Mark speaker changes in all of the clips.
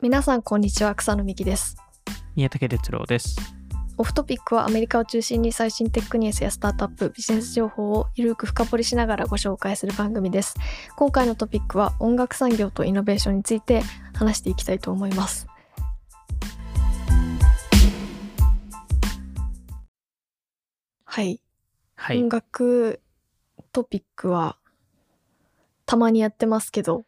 Speaker 1: 皆さんこんにちは草野美希です
Speaker 2: 宮武哲郎です。
Speaker 1: オフトピックはアメリカを中心に最新テックニュースやスタートアップビジネス情報をゆるく深掘りしながらご紹介する番組です今回のトピックは音楽産業とイノベーションについて話していきたいと思いますはい、
Speaker 2: はい
Speaker 1: 音。楽トピックはたまにやってますけど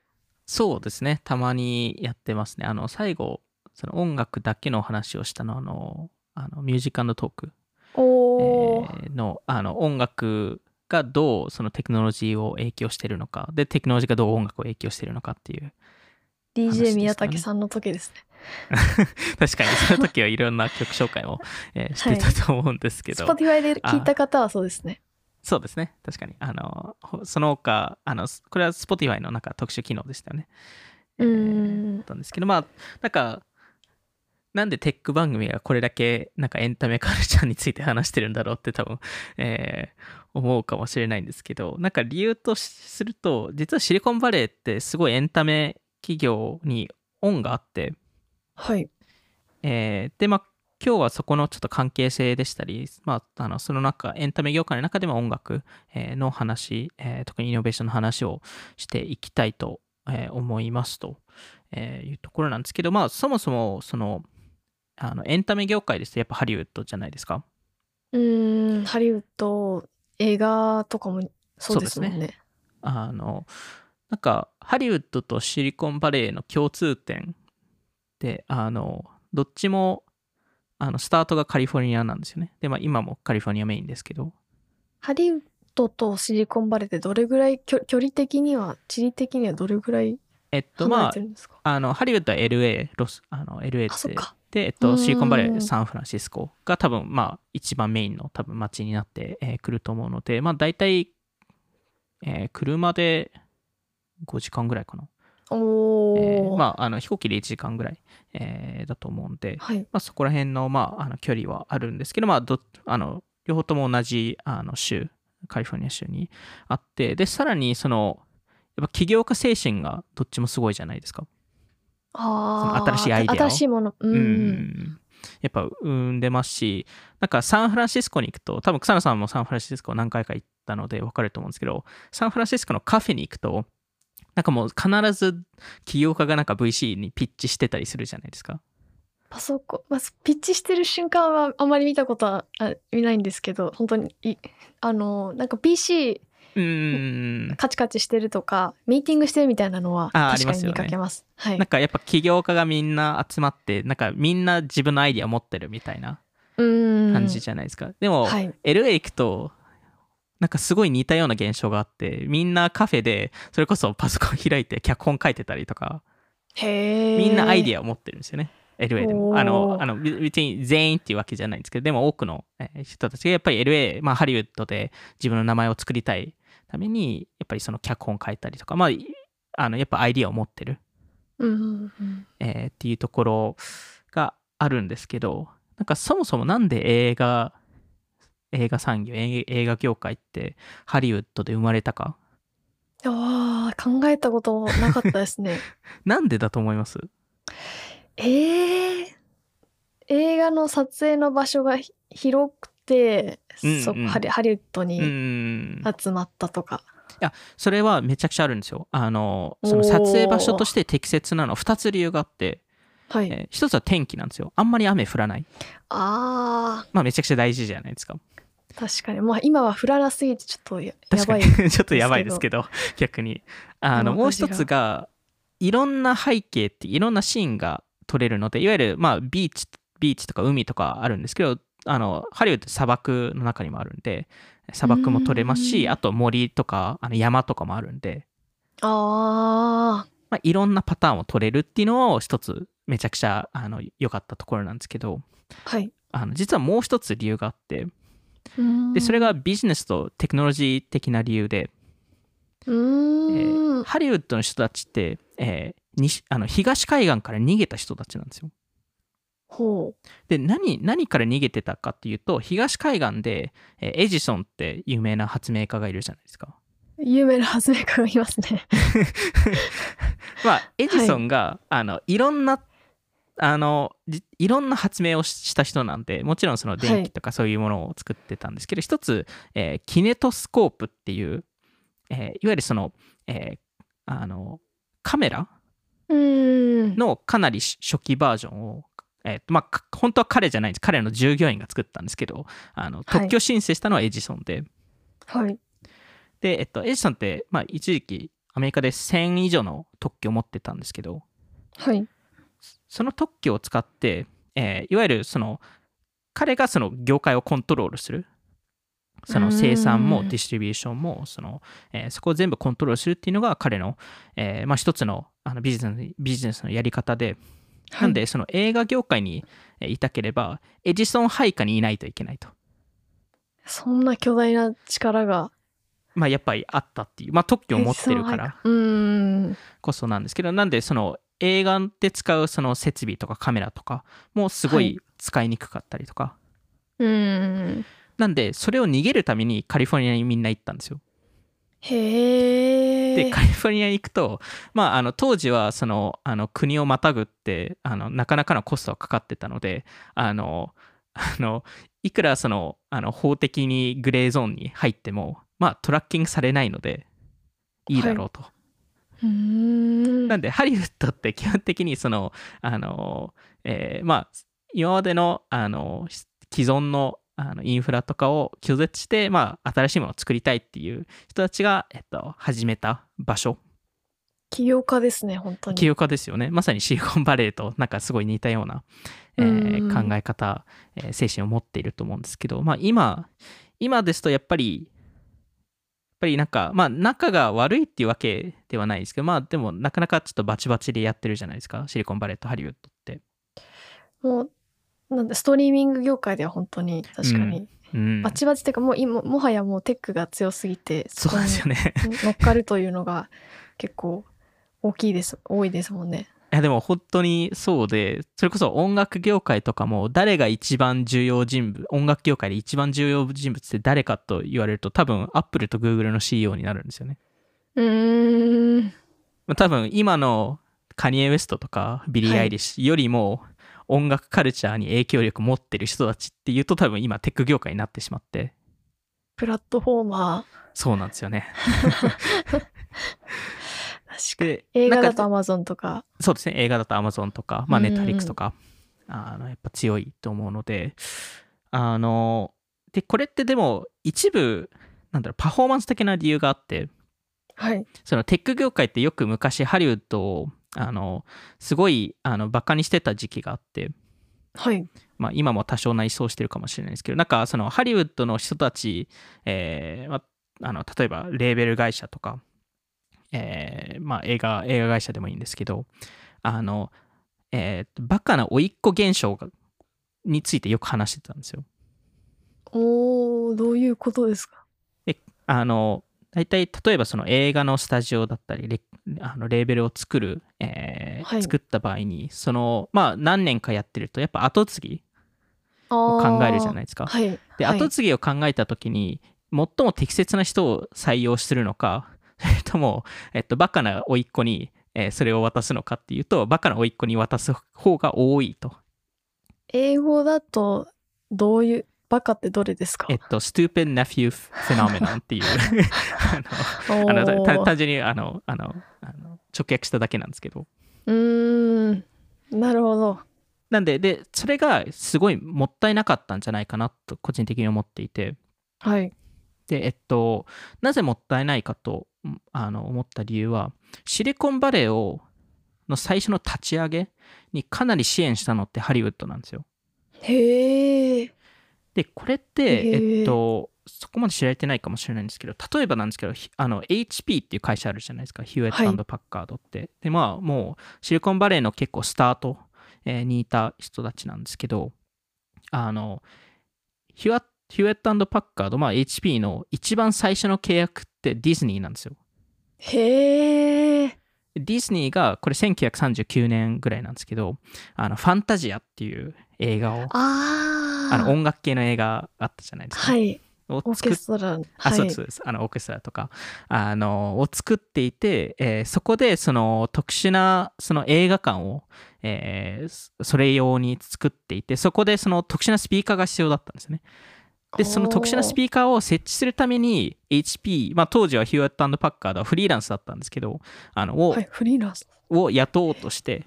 Speaker 2: そうですね。たまにやってますね。あの、最後、その音楽だけの話をしたのはあの、あのミュージックトーク、え
Speaker 1: おー、
Speaker 2: ーの、あの、音楽がどうそのテクノロジーを影響してるのか、で、テクノロジーがどう音楽を影響してるのかっていう。 話で
Speaker 1: DJ
Speaker 2: すかね
Speaker 1: 宮武さんの時ですね
Speaker 2: 確かに、その時はいろんな曲紹介を、えーしてたと思うんですけど。
Speaker 1: Spotify で聞いた方はそうですね
Speaker 2: そうですね。確かに。あの、ほその他、あの、すこれは Spotify のなんか特殊機能でしたよね。
Speaker 1: うーん
Speaker 2: だったんですけど、まあ、なんか、なんでテック番組がこれだけ、なんかエンタメカルチャーについて話してるんだろうって多分、 えー思うかもしれないんですけど、なんか理由としすると、実はシリコンバレーってすごいエンタメ企業に恩があって、
Speaker 1: はい
Speaker 2: えーで、まあ、今日はそこのちょっと関係性でしたり、まあ、あのその中、エンタメ業界の中でも音楽えーの話、えー特にイノベーションの話をしていきたいとえー思いますとえーいうところなんですけど、まあ、そもそも、その、あのエンタメ業界ですと、やっぱハリウッドじゃないですか。
Speaker 1: うーんハリウッド映画とかもそうですもん
Speaker 2: そう
Speaker 1: ね
Speaker 2: あの、なんか、ハリウッドとシリコンバレーの共通点って、あの、どっちも、あの、スタートがカリフォルニアなんですよね。で、まあ、今もカリフォルニアメインですけど、
Speaker 1: ハリウッドとシリコンバレーってどれぐらい距距離的には地理的にはどれぐらい
Speaker 2: えっと、
Speaker 1: 離
Speaker 2: ま
Speaker 1: れ
Speaker 2: あ
Speaker 1: て、るんですか、
Speaker 2: あの、ハリウッドは LA、ロス、あの、LA
Speaker 1: あ、そっ
Speaker 2: って、
Speaker 1: か
Speaker 2: で、え
Speaker 1: う
Speaker 2: っと、
Speaker 1: ん
Speaker 2: シリコンバレー、サンフランシスコが多分、まあ、一番メインの多分街になってえーくると思うので、まあ、大体、えー車で5時間ぐらいかな。
Speaker 1: おお、
Speaker 2: えーまあ、あの飛行機で1時間ぐらい、えーだと思うんで、
Speaker 1: はい
Speaker 2: まあ、そこら辺の,、まあ、あの距離はあるんですけど、まあ、どあの両方とも同じあの州カリフォルニア州にあってでさらにそのやっぱ起業家精神がどっちもすごいじゃないですか。
Speaker 1: あ
Speaker 2: その新しいアイデアを
Speaker 1: 新しいものうん、
Speaker 2: うんやっぱ生んでますしなんかサンフランシスコに行くと多分草野さんもサンフランシスコ何回か行ったので分かると思うんですけどサンフランシスコのカフェに行くとなんかもう必ず起業家がなんか VC にピッチしてたりするじゃないですか。
Speaker 1: あそこ、まあ、ピッチしてる瞬間はあまり見たことはあ見ないんですけど本当にいあのなんか PC
Speaker 2: うーん
Speaker 1: カチカチしてるとかミーティングしてるみたいなのは
Speaker 2: あ
Speaker 1: 確か
Speaker 2: あります
Speaker 1: に
Speaker 2: よ
Speaker 1: 見か
Speaker 2: ね
Speaker 1: けますはい
Speaker 2: なんかやっぱ起業家がみんな集まってなんかみんな自分のアイディア持ってるみたいな
Speaker 1: うん
Speaker 2: 感じじゃないですか、でも、
Speaker 1: はい
Speaker 2: LA 行くとなんかすごい似たような現象があってみんなカフェでそれこそパソコン開いて脚本書いてたりとか
Speaker 1: へえ
Speaker 2: みんなアイデ
Speaker 1: ア
Speaker 2: ィアを持ってるんですよね、LA で
Speaker 1: おー
Speaker 2: もあのあのび別に全員っていうわけじゃないんですけどでも多くのえー人たちがやっぱり LA、まあ、ハリウッドで自分の名前を作りたいためにやっぱりその脚本書いたりとか、まあ、いあのやっぱアイディアを持ってる
Speaker 1: うんうんうん
Speaker 2: えーっていうところがあるんですけどなんかそもそもなんで映画映画産業映映画業界ってハリウッドで生まれたか
Speaker 1: ああ、考えたことなかったです ね。
Speaker 2: なんでだと思います
Speaker 1: ええ映画の撮影の場所がひ広くて、
Speaker 2: うんうん
Speaker 1: そこハリハリウッド
Speaker 2: う
Speaker 1: に
Speaker 2: ーん
Speaker 1: 集まったとか。
Speaker 2: それはめちゃくちゃあるんですよあのその撮影場所として適切なのは2つ理由があって、
Speaker 1: はい。
Speaker 2: えー、1つは天気なんですよあんまり雨降らない
Speaker 1: ああ、
Speaker 2: まあめちゃくちゃ大事じゃないですか
Speaker 1: 確かに。まあ今は降らなすぎてちょっとやや
Speaker 2: 確か
Speaker 1: ばい
Speaker 2: に。 ちょっとやばいですけど逆にあのも
Speaker 1: 物
Speaker 2: う
Speaker 1: 腰
Speaker 2: 一
Speaker 1: が
Speaker 2: つがいろんな背景っていろんなシーンが撮れるのでいわゆるまあビーチビーチとか海とかあるんですけどあのハリウッドって砂漠の中にもあるんで砂漠も撮れます
Speaker 1: う
Speaker 2: し
Speaker 1: ん
Speaker 2: あと森とかあの山とかもあるんで、
Speaker 1: ああ、
Speaker 2: まあ、いろんなパターンを撮れるっていうのを一つめちゃくちゃあの良かったところなんですけど
Speaker 1: はい。
Speaker 2: あの実はもう一つ理由があって
Speaker 1: うーん
Speaker 2: でそれ、がビジネスとテクノロジー的な理由で、
Speaker 1: うーん、
Speaker 2: ハリウッドの人たちって、えー西あの東海岸から逃げた人たちなんですよ。
Speaker 1: ほう。
Speaker 2: で何何から逃げてたかっていうと東海岸で、えーエジソンって有名な発明家がいるじゃないですか。
Speaker 1: 有名な発 明家がいますね。
Speaker 2: まあエジソンが、い、あのいろんなあのじいろんな発明をしした人なんでもちろんその電気とかそういうものを作ってたんですけど、一つ、えーキネトスコープっていう、えーいわゆるその,、えーあのカメラ
Speaker 1: うん。
Speaker 2: のかなり初初期バージョンを、えーとまあ、か本当は彼じゃないんです彼の従業員が作ったんですけどあの
Speaker 1: はい
Speaker 2: 特許申請したのはエジソンで、
Speaker 1: はい。
Speaker 2: で、えっと、エジソンって、まあ、一時期アメリカで1000以上の特許を持ってたんですけど
Speaker 1: はい。
Speaker 2: その特許を使って、えーいわゆるその彼がその業界をコントロールするそうの
Speaker 1: ん
Speaker 2: 生産もディストリビューションもその、えーそこを全部コントロールするっていうのが彼の、えーまあ、一つのあのビジネスビジネスのやり方でなんでその映画業界にえーいたければエジソン配下にいないといけないと、
Speaker 1: そんな巨大な力が。
Speaker 2: まあ、やっぱりあったっていう、まあ、特許を持ってるから。
Speaker 1: うーん。
Speaker 2: こそなんですけどなんでその映画で使うその設備とかカメラとかもすご
Speaker 1: はい
Speaker 2: い使いにくかったりとか、
Speaker 1: うん。
Speaker 2: なんでそれを逃げるためにカリフォルニアにみんな行ったんですよ。
Speaker 1: へ
Speaker 2: で
Speaker 1: え。
Speaker 2: カリフォルニアに行くと、まあ、あの当時はそのあの国をまたぐってあのなかなかのコストがかかってたのであのあのいくらそのあの法的にグレーゾーンに入っても、まあ、トラッキングされないのでいいだろうと。
Speaker 1: うーん。
Speaker 2: なんでハリウッドって基本的にそのあの、えーまあ今までのあのし既存のあのインフラとかを拒絶して、まあ、新しいものを作りたいっていう人たちが、えっと、始めた場所
Speaker 1: 起業家ですね、本当
Speaker 2: 起
Speaker 1: に。
Speaker 2: 業家ですよねまさにシリコンバレーとなんかすごい似たような、えー
Speaker 1: うん
Speaker 2: 考え方、えー精神を持っていると思うんですけど、まあ、今今ですとやっぱりやっぱりなんかまあ仲が悪いっていうわけではないですけどまあでもなかなかちょっとバチバチでやってるじゃないですかシリコンバレーとハリウッドって。
Speaker 1: もう、なんで、ストリーミング業界では本当に、確かに。
Speaker 2: うん、
Speaker 1: バチバチっていうか、もう今、もはやもうテックが強すぎて、こ
Speaker 2: そう
Speaker 1: に
Speaker 2: ですよね。
Speaker 1: 乗っかるというのが結構大きいです、多いですもんね。
Speaker 2: いやでも本当にそうでそれこそ音楽業界とかも誰が一番重要人物音楽業界で一番重要人物って誰かと言われると多分アップルとグーグルの CEO になるんですよね。
Speaker 1: うーん。
Speaker 2: まあ多分今のカニエ・ウェストとかビリー・
Speaker 1: はい
Speaker 2: アイリッシュよりも音楽カルチャーに影響力持ってる人たちっていうと多分今テック業界になってしまって
Speaker 1: プラットフォーマ
Speaker 2: そうなんですよね。
Speaker 1: ー。確かに。
Speaker 2: で
Speaker 1: 映画だと
Speaker 2: なんか
Speaker 1: Amazon とか。
Speaker 2: そうですね映画だと Amazon とか、まあ、
Speaker 1: うんうん
Speaker 2: Netflix とか、あのやっぱ強いと思うのであのでこれってでも一部なんだろうパフォーマンス的な理由があって
Speaker 1: はい。
Speaker 2: そのテック業界ってよく昔ハリウッドをあのすごいあのバカにしてた時期があって。
Speaker 1: はい。
Speaker 2: まあ、今も多少内装してるかもしれないですけどなんかそのハリウッドの人たち、えーまあ、あの例えばレーベル会社とか、えーまあ、映画映画会社でもいいんですけどあの、えーバカな甥いっ子現象がについてよく話してたんですよ。
Speaker 1: おー、どういうことですか
Speaker 2: あの大体例えばその映画のスタジオだったりレあのレーベルを作る、えー
Speaker 1: はい
Speaker 2: 作った場合にその、まあ、何年かやってるとやっぱ後継ぎを
Speaker 1: あ
Speaker 2: 考えるじゃ
Speaker 1: い
Speaker 2: ないですか。
Speaker 1: はい。
Speaker 2: で、
Speaker 1: はい
Speaker 2: 後継ぎを考えた時に最も適切な人を採用するのか それとも、えっと、バカな甥いっ子に、えーそれを渡すのかっていうとバカな甥いっ子に渡す方が多いと、
Speaker 1: 英語だと、どういう、バカってどれですか
Speaker 2: えっと、stupid nephew phenomenon っていうあのあのた
Speaker 1: おー
Speaker 2: 単純にあのあのあの直訳しただけなんですけど
Speaker 1: うーん。なるほど。
Speaker 2: なんででそれがすごいもったいなかったんじゃないかなと個人的に思っていて
Speaker 1: はい。
Speaker 2: で、えっと、なぜもったいないかとうんあの思った理由は、シリコンバレーをの最初の立ち上げにかなり支援したのってハリウッドなんですよ。
Speaker 1: へー。
Speaker 2: で、これっ
Speaker 1: へー
Speaker 2: て、えっと、そこまで知られてないかもしれないんですけど、例えばなんですけど、ひあの HP っていう会社あるじゃないですか、ヒューエ
Speaker 1: はい
Speaker 2: ットパッカードって。で、まあ、もうシリコンバレーの結構スタートえーにいた人たちなんですけど、あの、ヒュアヒューエットパッカード、まあ、HP の一番最初の契約ってディズニーなんですよ。
Speaker 1: へー。
Speaker 2: ディズニーがこれ1939年ぐらいなんですけど、あのファンタジアっていう映画を、
Speaker 1: あー。
Speaker 2: あの音楽系の映画あったじゃないですか。
Speaker 1: はい。
Speaker 2: を
Speaker 1: オー
Speaker 2: 作
Speaker 1: ケ
Speaker 2: っ
Speaker 1: ストラ、
Speaker 2: あそ
Speaker 1: は
Speaker 2: うで
Speaker 1: い
Speaker 2: す、そうですあのオーケストラとかあのを作っていて、えーそこでその特殊なその映画館を、えーそそれ用に作っていてそこでその特殊なスピーカーが必要だったんですねでその特殊なス
Speaker 1: ー
Speaker 2: ピーカーを設置するために HP、まあ、当時はヒューアットパッカードはフリーランスだったんですけどあのを,、
Speaker 1: はい、フリーランス。
Speaker 2: を雇おうとして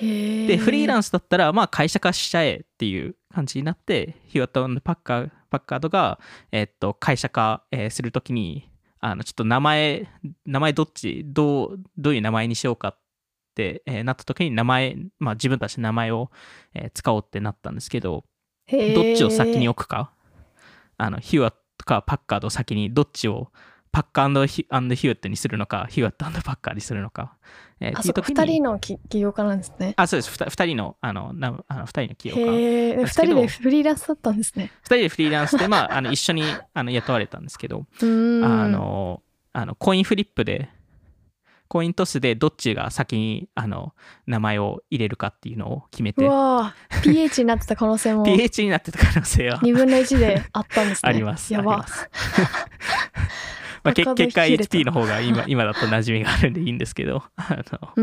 Speaker 1: へ
Speaker 2: でフリーラ
Speaker 1: ン
Speaker 2: ンスだったらまあ会社化しちゃえっていう感じになってヒューアットパッカーパッカードが、えっと会社化、えーするときにあのちょっと名前名前どっちどうどういう名前にしようかって、えーなった時に名前、まあ、自分たちの名前を、えー使おうってなったんですけど
Speaker 1: ス
Speaker 2: どっちを先に置くかあのヒューアットかパッカードを先にどっちをパッカーヒューヒューアットにするのかヒューアットパッカーにするのか、えー
Speaker 1: あ
Speaker 2: ってい
Speaker 1: そうう
Speaker 2: 時に
Speaker 1: 2人の起起業家なんですね。
Speaker 2: あ、そうです。ふた二人の、あの、なあの二人の起業家。
Speaker 1: へえ、
Speaker 2: で
Speaker 1: 2
Speaker 2: すけ
Speaker 1: 人
Speaker 2: ど
Speaker 1: でフリーランスだったんですね。
Speaker 2: 二人でフリーランスで、まあ、 あの一緒にあの雇われたんですけど、
Speaker 1: うーん
Speaker 2: あの、あのコインフリップで、コイントスでどっちが先にあの名前を入れるかっていうのを決め
Speaker 1: う
Speaker 2: て、
Speaker 1: わー PH になってた可能性も2
Speaker 2: PH になってた可能性は
Speaker 1: 分の1であったんですね。
Speaker 2: あります。
Speaker 1: や
Speaker 2: あり
Speaker 1: ば
Speaker 2: ま。 すまあ、け
Speaker 1: 高飛び
Speaker 2: 結果
Speaker 1: 切れた
Speaker 2: HP の方 が今今だと馴染みがあるんでいいんですけど、あの
Speaker 1: うー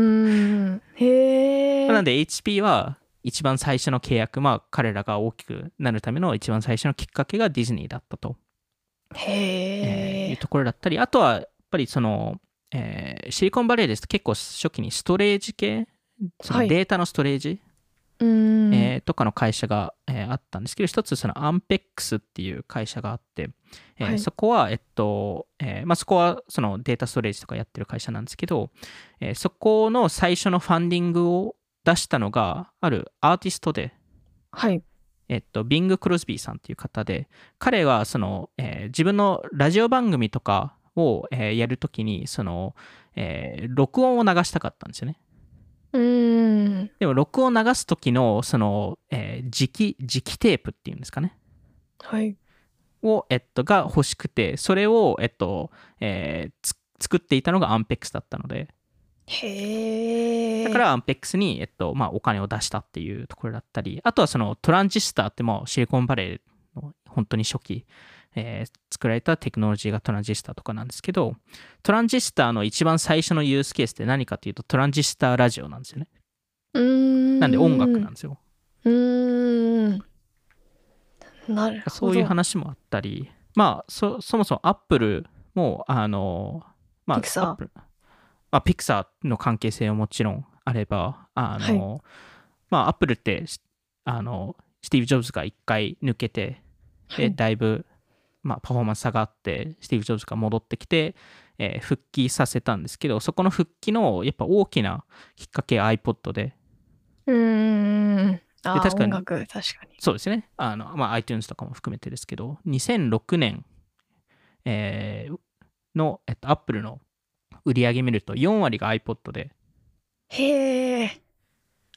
Speaker 1: ん。へえ。
Speaker 2: なんで HP は一番最初の契約、まあ、彼らが大きくなるための一番最初のきっかけがディズニーだったと、えー
Speaker 1: へ
Speaker 2: いう
Speaker 1: え。
Speaker 2: ところだったりあとはやっぱりその、えーシリコンバレーですと結構初期にストレージ系そ
Speaker 1: は
Speaker 2: の
Speaker 1: い
Speaker 2: データのストレージ、
Speaker 1: うーん。
Speaker 2: えーとかの会社が、えーあったんですけど一つそのアンペックスっていう会社があって、えー
Speaker 1: はい
Speaker 2: そこは、えっとえーまあ、そこはそのデータストレージとかやってる会社なんですけど、えーそこの最初のファンディングを出したのがあるアーティストで、
Speaker 1: はい。
Speaker 2: えっと、ビング・クロスビーさんっていう方で彼はその、えー自分のラジオ番組とかを、えーやるときにその、えー録音を流したかったんですよね。
Speaker 1: うーん。
Speaker 2: でも録音を流す時のその、えー磁気磁気テープっていうんですかね
Speaker 1: はい。
Speaker 2: を、えっと、が欲しくてそれを、えっとえーつ作っていたのがアンペックスだったので
Speaker 1: へえ。
Speaker 2: だからアンペックスに、えっとまあ、お金を出したっていうところだったりあとはそのトランジスタってもうシリコンバレーの本当に初期、えー作られたテクノロジーがトランジスタとかなんですけどトランジスタの一番最初のユースケースって何かというとトランジスタラジオなんですよね
Speaker 1: うーん。
Speaker 2: なんで音楽なんですよ
Speaker 1: うーん。なるほど。
Speaker 2: そういう話もあったり、まあ、そそもそもアップルも、あの、まあ、
Speaker 1: ピクサー
Speaker 2: Apple まあ、ピクサーの関係性はもちろんあれば、あの、まあ、アップルって、しあの、スティーブ・ジョブズが一回抜けて、
Speaker 1: は
Speaker 2: で、
Speaker 1: い。
Speaker 2: だいぶ、まあ、パフォーマンス下がって、スティーブ・ジョブズが戻ってきて、えー復帰させたんですけど、そこの復帰の、やっぱ大きなきっかけは iPod で、
Speaker 1: うーん。あ
Speaker 2: で
Speaker 1: ー
Speaker 2: 確かに
Speaker 1: 音楽、確かに。
Speaker 2: そうですね。あの、まあ、iTunes とかも含めてですけど、2006年、えーの、えっと、Apple の売り上げ見ると4割が iPod で、
Speaker 1: へえ。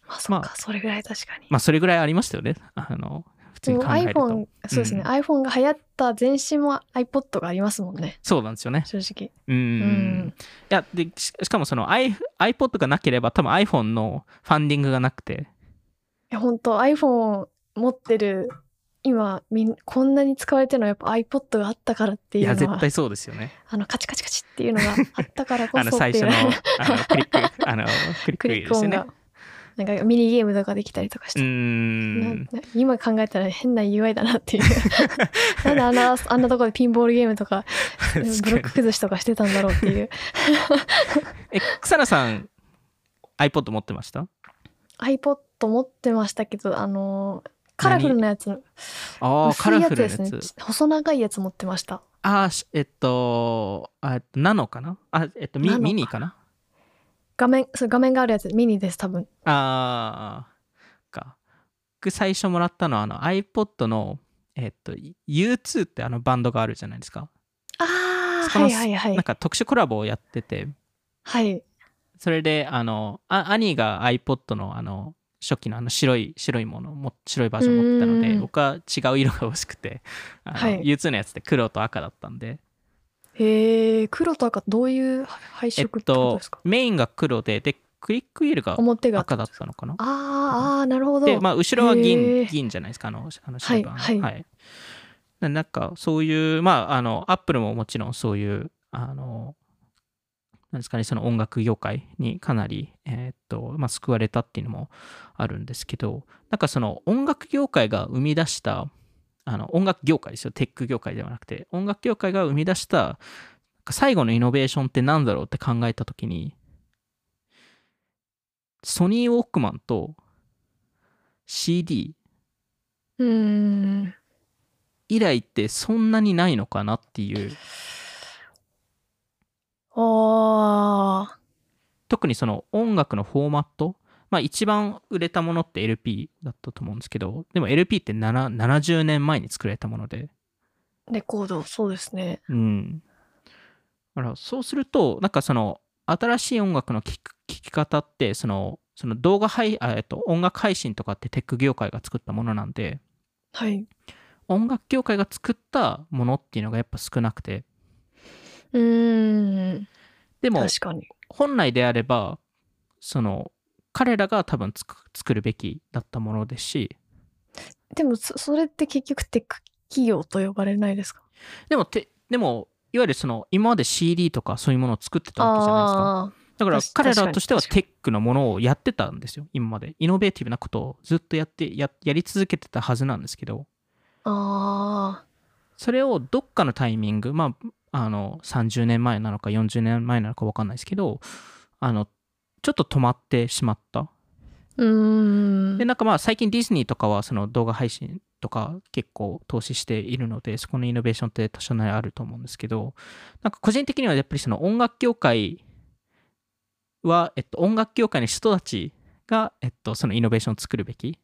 Speaker 1: まあ、そっ
Speaker 2: ま
Speaker 1: か、それぐらい確かに。
Speaker 2: まあ、それぐらいありましたよね。あの、普通
Speaker 1: で
Speaker 2: に
Speaker 1: も
Speaker 2: 考えると。
Speaker 1: iPhone、そうですね、
Speaker 2: うん
Speaker 1: iPhone が流行った前身も iPod がありますもんね、
Speaker 2: そうなんですよね。
Speaker 1: 正直。
Speaker 2: うん。
Speaker 1: うん
Speaker 2: いや、で、ししかもその i、iPod がなければ、多分 iPhone のファンディングがなくて、
Speaker 1: いや、本当 iPhone 持ってる、今みん、こんなに使われてるのはやっぱ iPod があったからって
Speaker 2: い
Speaker 1: いう
Speaker 2: や、
Speaker 1: のは
Speaker 2: 絶、対そうですよね。
Speaker 1: あのカチカチカチっていうのがあったからこ
Speaker 2: あの、
Speaker 1: そっ
Speaker 2: 最
Speaker 1: てい
Speaker 2: 初
Speaker 1: う、
Speaker 2: の、あの、クリック、あの、クリック
Speaker 1: ク
Speaker 2: いい
Speaker 1: リッ
Speaker 2: で
Speaker 1: ク
Speaker 2: す
Speaker 1: 音
Speaker 2: よね
Speaker 1: が。、なんかミニゲームとかできたりとかし
Speaker 2: う。
Speaker 1: て、なんな今考えたら変な UI だなっていう。なんであんな、あんなとこでピンボールゲームとか、ブロ
Speaker 2: 確か
Speaker 1: ッ
Speaker 2: に
Speaker 1: ク崩しとかしてたんだろうっていう。
Speaker 2: え、草野さん、iPod 持ってました
Speaker 1: iPod 持ってましたけど、あのーカラフルなやつの
Speaker 2: ああ、
Speaker 1: 薄
Speaker 2: カ
Speaker 1: い
Speaker 2: ラ
Speaker 1: や
Speaker 2: フ
Speaker 1: つ
Speaker 2: ルな
Speaker 1: で
Speaker 2: や
Speaker 1: すね
Speaker 2: つ。
Speaker 1: 細長いやつ持ってました
Speaker 2: ああ、しえっと、あえっとナノかなあ、えっと、ミ
Speaker 1: ナノかな
Speaker 2: ミニかな
Speaker 1: 画面そう画面があるやつミニです多分
Speaker 2: ああ、か。僕最初もらったのは、あの iPod の、えっと、U2 ってあのバンドがあるじゃないですか。
Speaker 1: ああ
Speaker 2: そこの
Speaker 1: はいはいはい
Speaker 2: なんか特殊コラボをやってて、
Speaker 1: はい
Speaker 2: それで、あの、あ兄が iPod のあの、初期のあの白い白いものも白いバージョン持ってたの
Speaker 1: う
Speaker 2: で
Speaker 1: ん
Speaker 2: 僕は違う色が欲しくてあの、
Speaker 1: はい
Speaker 2: U2 のやつって黒と赤だったんで
Speaker 1: へえ黒と赤どういう配
Speaker 2: えっ
Speaker 1: 色ってこと
Speaker 2: と
Speaker 1: ですか、
Speaker 2: メインが黒ででクリックウィールが
Speaker 1: 表が
Speaker 2: 赤だったのかな
Speaker 1: あーあーなるほど
Speaker 2: で、まあ、後ろは
Speaker 1: へ
Speaker 2: 銀
Speaker 1: ー
Speaker 2: 銀じゃないですかあのあのシルバーの
Speaker 1: はいはい
Speaker 2: いななんかそういう、まあ、あの、アップルももちろんそういう、あの、なんですかね、その音楽業界にかなり、えーっと、まあ、救われたっていうのもあるんですけど、なんかその音楽業界が生み出した、あの、音楽業界ですよ、テック業界ではなくて、音楽業界が生み出した、なんか最後のイノベーションってなんだろうって考えたときに、ソニー・ウォークマンと CD
Speaker 1: うーん
Speaker 2: 以来ってそんなにないのかなっていう
Speaker 1: おー
Speaker 2: 特にその音楽のフォーマット、まあ、一番売れたものって LP だったと思うんですけどでも LP って7 70年前に作られたもので、
Speaker 1: レコードそうですね
Speaker 2: うん、だからそうするとなんかその新しい音楽の聴き方ってそのその動画配あ、えっと、音楽配信とかってテック業界が作ったものなんで
Speaker 1: はい
Speaker 2: 音楽業界が作ったものっていうのがやっぱ少なくて
Speaker 1: うーん
Speaker 2: でも
Speaker 1: 確かに
Speaker 2: 本来であればその彼らが多分つく作るべきだったものですし
Speaker 1: でもそそれって結局テック企業と呼ばれないですか
Speaker 2: でもてでもいわゆるその今まで CD とかそういうものを作ってたわけじゃないですか
Speaker 1: ああ
Speaker 2: だから
Speaker 1: 確
Speaker 2: 彼
Speaker 1: 確からに
Speaker 2: としては
Speaker 1: 確か
Speaker 2: テックのものをやってたんですよ今までイノベーティブなことをずっとやってややり続けてたはずなんですけど
Speaker 1: あ
Speaker 2: それをどっかのタイミングまああの30年前なのか40年前なのか分かんないですけどあのちょっと止まってしまった
Speaker 1: ーうーん
Speaker 2: でなんかまあ最近ディズニーとかはその動画配信とか結構投資しているのでそこのイノベーションって多少なりあると思うんですけどなんか個人的にはやっぱりその音楽業界は、えっと、音楽業界の人たちが、えっと、そのイノベーションを作るべき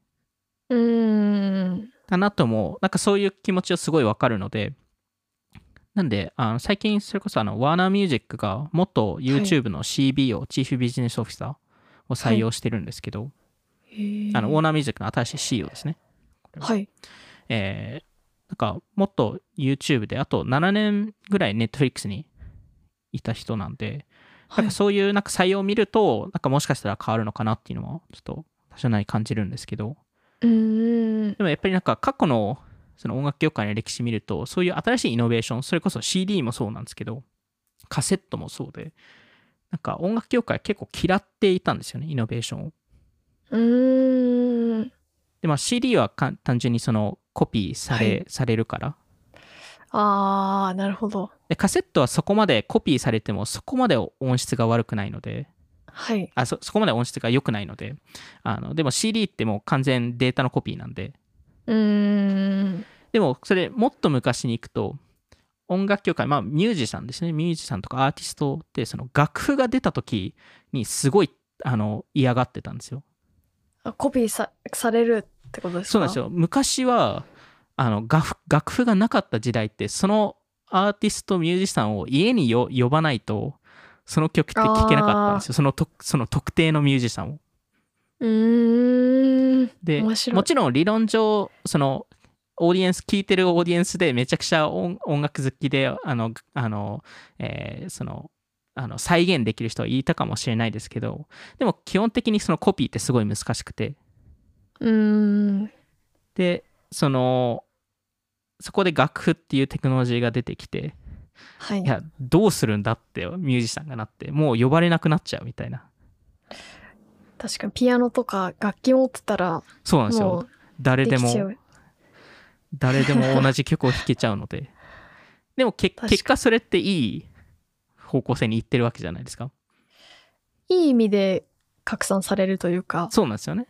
Speaker 1: うーん
Speaker 2: だなともなんかそういう気持ちはすごいわかるのでなんであの最近それこそあのワーナーミュージックが元 YouTube の CB を、チーフビジネスオフィサーを採用してるんですけど、あのウォー
Speaker 1: ナ
Speaker 2: ナーミュージックの新しい c e ですね
Speaker 1: はい
Speaker 2: えーなんかもっと YouTube であと7年ぐらい Netflix にいた人なんで、
Speaker 1: は
Speaker 2: ないんかそういうなんか採用を見るとなんかもしかしたら変わるのかなっていうのはちょっと多少なり感じるんですけど
Speaker 1: うーん
Speaker 2: でもやっぱりなんか過去のその音楽業界の歴史見るとそういう新しいイノベーションそれこそ CD もそうなんですけどカセットもそうでなんか音楽業界結構嫌っていたんですよねイノベーションを。
Speaker 1: うーん
Speaker 2: でまあ CD はかん単純にそのコピーされ,、
Speaker 1: は
Speaker 2: されるから
Speaker 1: ああなるほど
Speaker 2: でカセットはそこまでコピーされてもそこまで音質が悪くないので
Speaker 1: はい
Speaker 2: あそそこまで音質が良くないのであのでも CD ってもう完全データのコピーなんで
Speaker 1: うーん
Speaker 2: でもそれもっと昔に行くと音楽業界まあミュージシャンですねミュージシャンとかアーティストってその楽譜が出た時にすごいあの嫌がってたんですよ
Speaker 1: あコピーさされるってことですか
Speaker 2: そうなんですよ昔はあの楽譜楽譜がなかった時代ってそのアーティストミュージシャンを家によ呼ばないとその曲って聴けなかったんですよそのとその特定のミュージシャンを。
Speaker 1: うーん
Speaker 2: でも
Speaker 1: 面白い
Speaker 2: ちろん理論上そのオーディエンス聴いてるオーディエンスでめちゃくちゃ音音楽好きであのあの、えーそのあの再現できる人はいたかもしれないですけどでも基本的にそのコピーってすごい難しくて
Speaker 1: うーん
Speaker 2: でそのそこで楽譜っていうテクノロジーが出てきて
Speaker 1: はい
Speaker 2: いやどうするんだってミュージシャンがなってもう呼ばれなくなっちゃうみたいな
Speaker 1: 確かにピアノとか楽器持ってたら
Speaker 2: そうなんです
Speaker 1: も
Speaker 2: よ
Speaker 1: う
Speaker 2: 誰
Speaker 1: で
Speaker 2: で
Speaker 1: きちゃ
Speaker 2: も
Speaker 1: う
Speaker 2: 誰でも同じ曲を弾けちゃうので でもけ
Speaker 1: 確かに
Speaker 2: 結果それっていい方向性に行ってるわけじゃないですか
Speaker 1: いい意味で拡散されるというか、
Speaker 2: そうなんですよね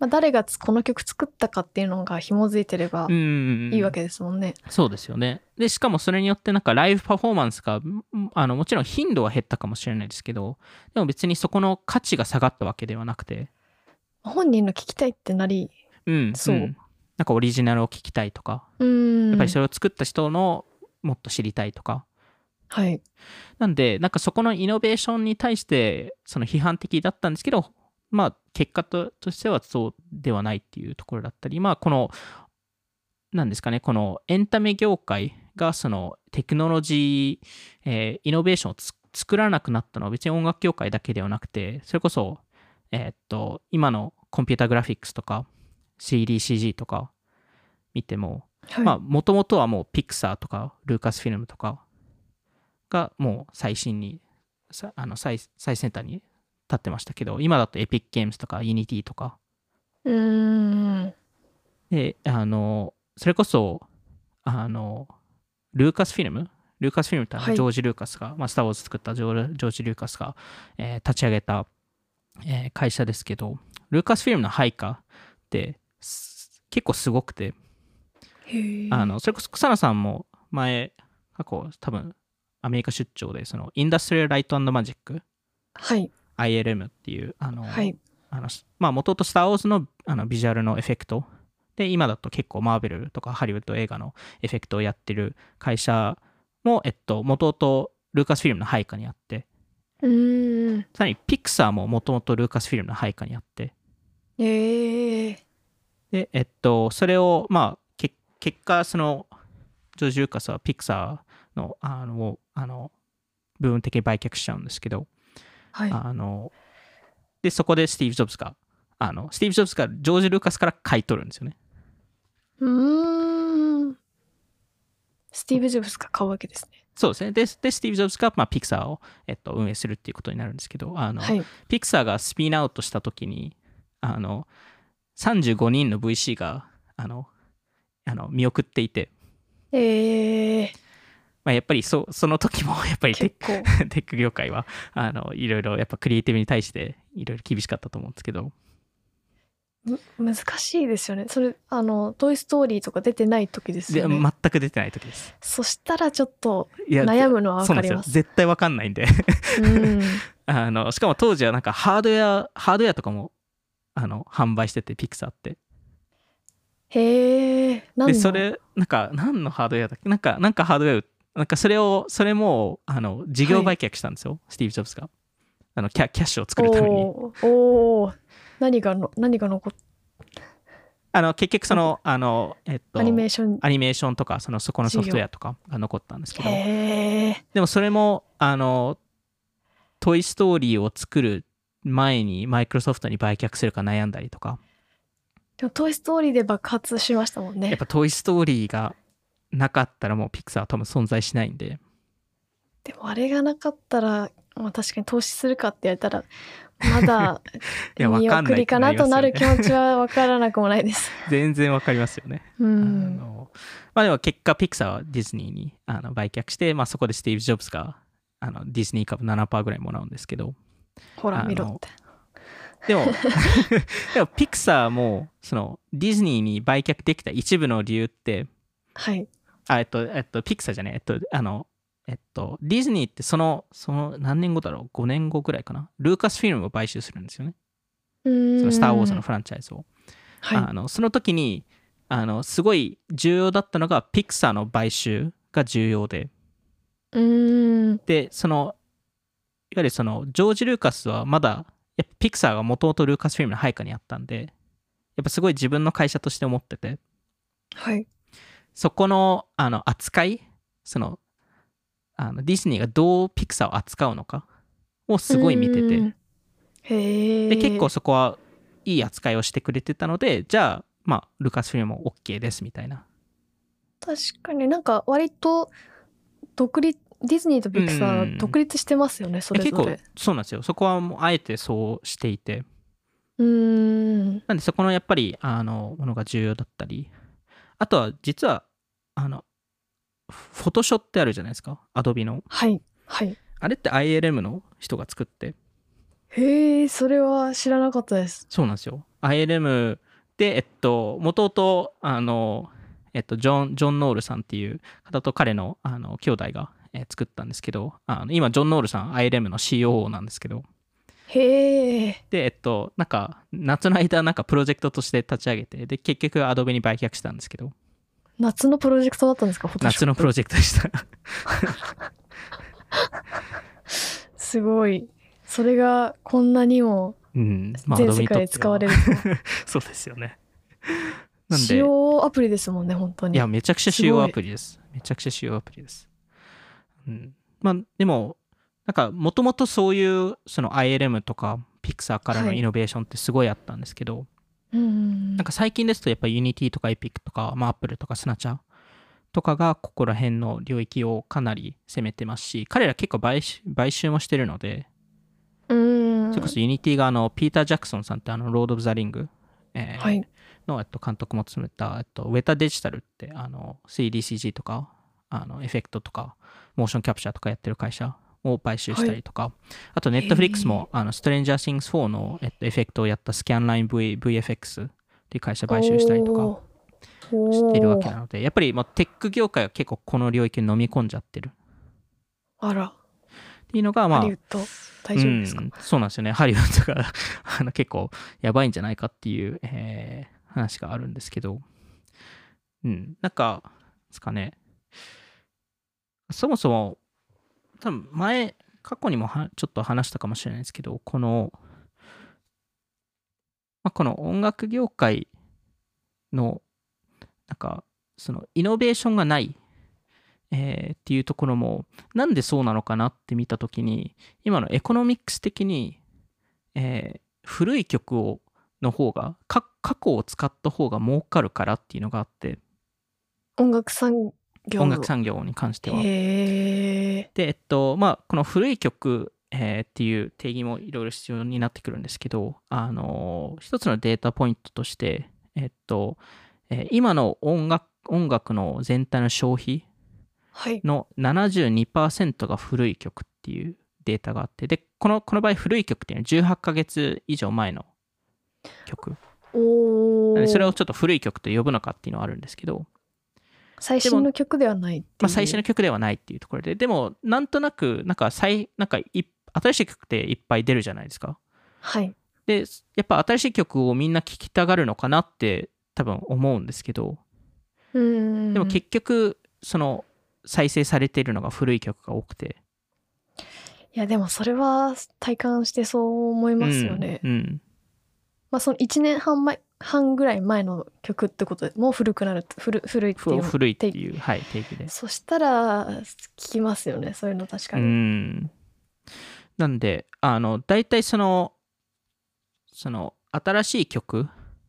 Speaker 1: まあ、誰がつこの曲作ったかっていうのが紐づいてれば
Speaker 2: うん
Speaker 1: いいわけですもんね。
Speaker 2: そうですよねでしかもそれによってなんかライブパフォーマンスがんあのもちろん頻度は減ったかもしれないですけどでも別にそこの価値が下がったわけではなくて
Speaker 1: 本人の聞きたいってなり
Speaker 2: うん、
Speaker 1: そうん
Speaker 2: なんかオリジナルを聞きたいとか、
Speaker 1: うーん
Speaker 2: やっぱりそれを作った人のもっと知りたいとか。
Speaker 1: はい
Speaker 2: なんで、なんかそこのイノベーションに対して、その批判的だったんですけど、まあ、結果ととしてはそうではないっていうところだったり、まあ、この、なんですかね、このエンタメ業界が、そのテクノロジー、えーイノベーションをつ作らなくなったのは、別に音楽業界だけではなくて、それこそ、えーっと、今のコンピュータグラフィックスとか、CDCG とか見ても、
Speaker 1: はい
Speaker 2: まあもともとはもうピクサーとかルーカスフィルムとかがもう最新にさあの最最先端に立ってましたけど今だとエピックゲームズとかユニティとか
Speaker 1: うーん
Speaker 2: であのそれこそあのルーカスフィルムルーカスフィルムってあの
Speaker 1: はい
Speaker 2: ジョージ・ルーカスが、まあ、スター・ウォーズ作ったジョージョージ・ルーカスが、えー立ち上げた、えー会社ですけどルーカスフィルムの配下ってす結構すごくて
Speaker 1: へえ
Speaker 2: あのそれこそ草野さんも前過去多分アメリカ出張でそのインダストリアル・ライトマジック
Speaker 1: はい
Speaker 2: ILM っていうあの、
Speaker 1: はい
Speaker 2: あのまあ元々スター・ウォーズのあのビジュアルのエフェクトで今だと結構マーベルとかハリウッド映画のエフェクトをやってる会社も、えっと、元々ルーカスフィルムの配下にあって
Speaker 1: うーん
Speaker 2: さらにピクサーも元々ルーカスフィルムの配下にあって
Speaker 1: へえ
Speaker 2: でえっとそれをまあけ結果そのジョージ・ルーカスはピクサーのあのをあの部分的に売却しちゃうんですけど
Speaker 1: はい
Speaker 2: あのでそこでスティーブ・ジョブズがあのスティーブ・ジョブズがジョージ・ルーカスから買い取るんですよね
Speaker 1: うーんスティーブ・ジョブズが買うわけですね
Speaker 2: そうですねででスティーブ・ジョブズが、まあ、ピクサーを、えっと、運営するっていうことになるんですけどあの、
Speaker 1: はい
Speaker 2: ピクサーがスピンアウトした時にあの35人の VC があのあの見送っていて、
Speaker 1: へえ
Speaker 2: まあ、やっぱりそその時もやっぱりテッ
Speaker 1: 結
Speaker 2: ク
Speaker 1: 構
Speaker 2: テック業界はあのいろいろやっぱクリエイティブに対していろいろ厳しかったと思うんですけど
Speaker 1: む難しいですよねそれあの「トイ・ストーリー」とか出てない時です
Speaker 2: で
Speaker 1: よね、
Speaker 2: 全く出てない時です
Speaker 1: そしたらちょっと
Speaker 2: いや
Speaker 1: 悩むのは
Speaker 2: そ
Speaker 1: 分
Speaker 2: う
Speaker 1: かり
Speaker 2: なんです
Speaker 1: ま
Speaker 2: よ
Speaker 1: す
Speaker 2: 絶対わかんないんで
Speaker 1: うん
Speaker 2: あのしかも当時はなんかハードウェアハードウェアとかもあの販売しててピクサーって
Speaker 1: へえなん
Speaker 2: でそれなんか何のハードウェアだっけなんかなんかハードウェアなんかそれをそれもあの事業売却したんですよ、スティーブ・ジョブズがあのキャキャッシュを作るために
Speaker 1: おーおー何がの何が残っ
Speaker 2: あの結局そのあのえっと
Speaker 1: アニメーション
Speaker 2: アニメーションとかそのそこのソフトウェアとかが残ったんですけど
Speaker 1: へえ
Speaker 2: でもそれもあの「トイ・ストーリー」を作る前にマイクロソフトに売却するか悩んだりとか
Speaker 1: でも「トイ・ストーリー」で爆発しましたもん
Speaker 2: やっ
Speaker 1: ね
Speaker 2: ぱ「トイ・ストーリー」がなかったらもうピクサーは多分存在しないんで
Speaker 1: でもあれがなかったら、まあ、確かに投資するかって言われたらまだ
Speaker 2: いやわ
Speaker 1: 見
Speaker 2: かんな
Speaker 1: 送
Speaker 2: い
Speaker 1: り
Speaker 2: って
Speaker 1: か
Speaker 2: な
Speaker 1: な
Speaker 2: りま
Speaker 1: と
Speaker 2: す
Speaker 1: な
Speaker 2: よ
Speaker 1: る
Speaker 2: ね
Speaker 1: 気持ちは分からなくもない です。
Speaker 2: 全然わかりますよね。
Speaker 1: う
Speaker 2: あ
Speaker 1: ん、
Speaker 2: のまあ、でも結果ピクサーはディズニーにあの売却して、まあ、そこでスティーブ・ジョブズがあのディズニー株7%ぐらいもらうんですけど
Speaker 1: ほ
Speaker 2: あ
Speaker 1: ら
Speaker 2: の
Speaker 1: 見ろって。
Speaker 2: でもでもピクサーもそのディズニーに売却できた一部の理由って
Speaker 1: はい。
Speaker 2: あ、えっと、えっと、ピクサーじゃねえ、えっと、あの、えっと、ディズニーってその、その何年後だろう ?5 年後ぐらいかな。ルーカスフィルムを買収するんですよね。
Speaker 1: そ
Speaker 2: そのスター・ウォーズの
Speaker 1: の、
Speaker 2: フランチャイズを。
Speaker 1: は
Speaker 2: あのその時に、あの、すごい重要だったのが、ピクサーの買収が重要で、
Speaker 1: い。うん。
Speaker 2: で、その、いわゆるその、ジョージ・ルーカスはまだ、やっぱピクサーがもともとルーカスフィルムの配下にあったんで、やっぱすごい自分の会社として思ってて、
Speaker 1: はい。
Speaker 2: そこのあの扱いそのあのディズニーがどうピクサーを扱うのかをすごい見て
Speaker 1: う
Speaker 2: て
Speaker 1: ん。へえ。
Speaker 2: で結構。そこはいい扱いをしてくれてたのでじゃあまあルカスフィルムも OK ですみたいな
Speaker 1: 確かになんか割と独立ディズニーとピクサーは独立してますよね、それ
Speaker 2: 結
Speaker 1: ぞ
Speaker 2: 構
Speaker 1: れ。
Speaker 2: そうなんですよそこはもうあえてそうしていて
Speaker 1: うん。
Speaker 2: なんでそこのやっぱりあのものが重要だったりあとは実はあのフォトショってあるじゃないですかアドビの
Speaker 1: はい。はい。
Speaker 2: あれって ILM の人が作って
Speaker 1: へえ、それは知らなかったです。
Speaker 2: そうなんですよ。ILM で、えっと、もともと、あの、えっと、ジョン、ジョン・ノールさんっていう方と彼の、あの、兄弟が、えー作ったんですけど、あの今、ジョン・ノールさん、ILM の COO なんですけど、
Speaker 1: へえ。
Speaker 2: で、えっと、なんか、夏の間、なんかプロジェクトとして立ち上げて、で、結局、アドベに売却したんですけど、
Speaker 1: 夏のプロジェクトだったんですか、フォトショ
Speaker 2: 夏のプロジェクト でした。
Speaker 1: すごい。それがこんなにも
Speaker 2: うん。
Speaker 1: 全世界で使われる。と。
Speaker 2: そうですよね。 なん
Speaker 1: 使
Speaker 2: で、
Speaker 1: 用アプリですもんね、本当に。
Speaker 2: いや、めちゃくちゃ主
Speaker 1: す
Speaker 2: 要
Speaker 1: ごい
Speaker 2: アプリです。めちゃくちゃ主要アプリです。うん、まあ、でも、なんか、もともとそういう、その ILM とか、ピクサーからの
Speaker 1: はい
Speaker 2: イノベーションってすごいあったんですけど、
Speaker 1: うんうん
Speaker 2: なんか最近ですとやっぱ Unity とか Epic とか、まあ、Apple とかスナチャとかがここら辺の領域をかなり攻めてますし彼ら結構買収買収もしてるので
Speaker 1: うん
Speaker 2: それこそ Unity があのピーター・ジャクソンさんってあのロード・オブ・ザ・リング、えー
Speaker 1: はい
Speaker 2: の、えっと、監督も務めた、えっと、ウェタデジタルってあの 3DCG とかあのエフェクトとかモーションキャプチャーとかやってる会社を買収したりとか、あと Netflix もあのストレンジャー・シングス4の、えっと、エフェクトをやったスキャンライン v VFX っていう会社買収したりとか。
Speaker 1: おー
Speaker 2: してるわけ
Speaker 1: お
Speaker 2: なのでやっぱりもうテック業界は結構この領域に飲み込んじゃってる
Speaker 1: ーあら
Speaker 2: っていうのがま
Speaker 1: ハ
Speaker 2: あ
Speaker 1: リウッド大丈夫ですか、
Speaker 2: うん、そうなんですよねハリウッドが あの結構やばいんじゃないかっていう、えー話があるんですけど、うん、なんかですかねそもそも多分前過去にもはちょっと話したかもしれないですけどこの、まあ、この音楽業界のなんかそのイノベーションがない、えーっていうところもなんでそうなのかなって見た時に今のエコノミックス的に、えー古い曲をの方がか過去を使った方が儲かるからっていうのがあって
Speaker 1: 音楽産業
Speaker 2: 音楽産業に関しては。
Speaker 1: へえ
Speaker 2: で、えっと、まあ、この古い曲、えーっていう定義もいろいろ必要になってくるんですけど、あのー一つのデータポイントとして、えっと、えー今の音楽、音楽の全体の消費
Speaker 1: はい
Speaker 2: の72%が古い曲っていうデータがあって、で、この、この場合古い曲っていうのは18ヶ月以上前の曲。
Speaker 1: お
Speaker 2: なの
Speaker 1: お
Speaker 2: でそれをちょっと古い曲と呼ぶのかっていうのはあるんですけど、
Speaker 1: 最新の曲ではないっていう
Speaker 2: まあ、最新の曲ではないっていうところででもなんとなくなんか最なんかい新しい曲っていっぱい出るじゃないですか
Speaker 1: はい
Speaker 2: でやっぱ新しい曲をみんな聴きたがるのかなって多分思うんですけど
Speaker 1: うん
Speaker 2: でも結局その再生されているのが古い曲が多くて
Speaker 1: いやでもそれは体感してそう思いますよね、
Speaker 2: うんうん
Speaker 1: まあその1年半前半ぐらい前の曲ってことでもう古くなる古古いって
Speaker 2: ふ
Speaker 1: いうの
Speaker 2: 古いっていう、はい、定義で
Speaker 1: そしたら聞きますよねそういうの確か
Speaker 2: う
Speaker 1: に、
Speaker 2: ん。なんで、あの、大体その、その、新しい曲、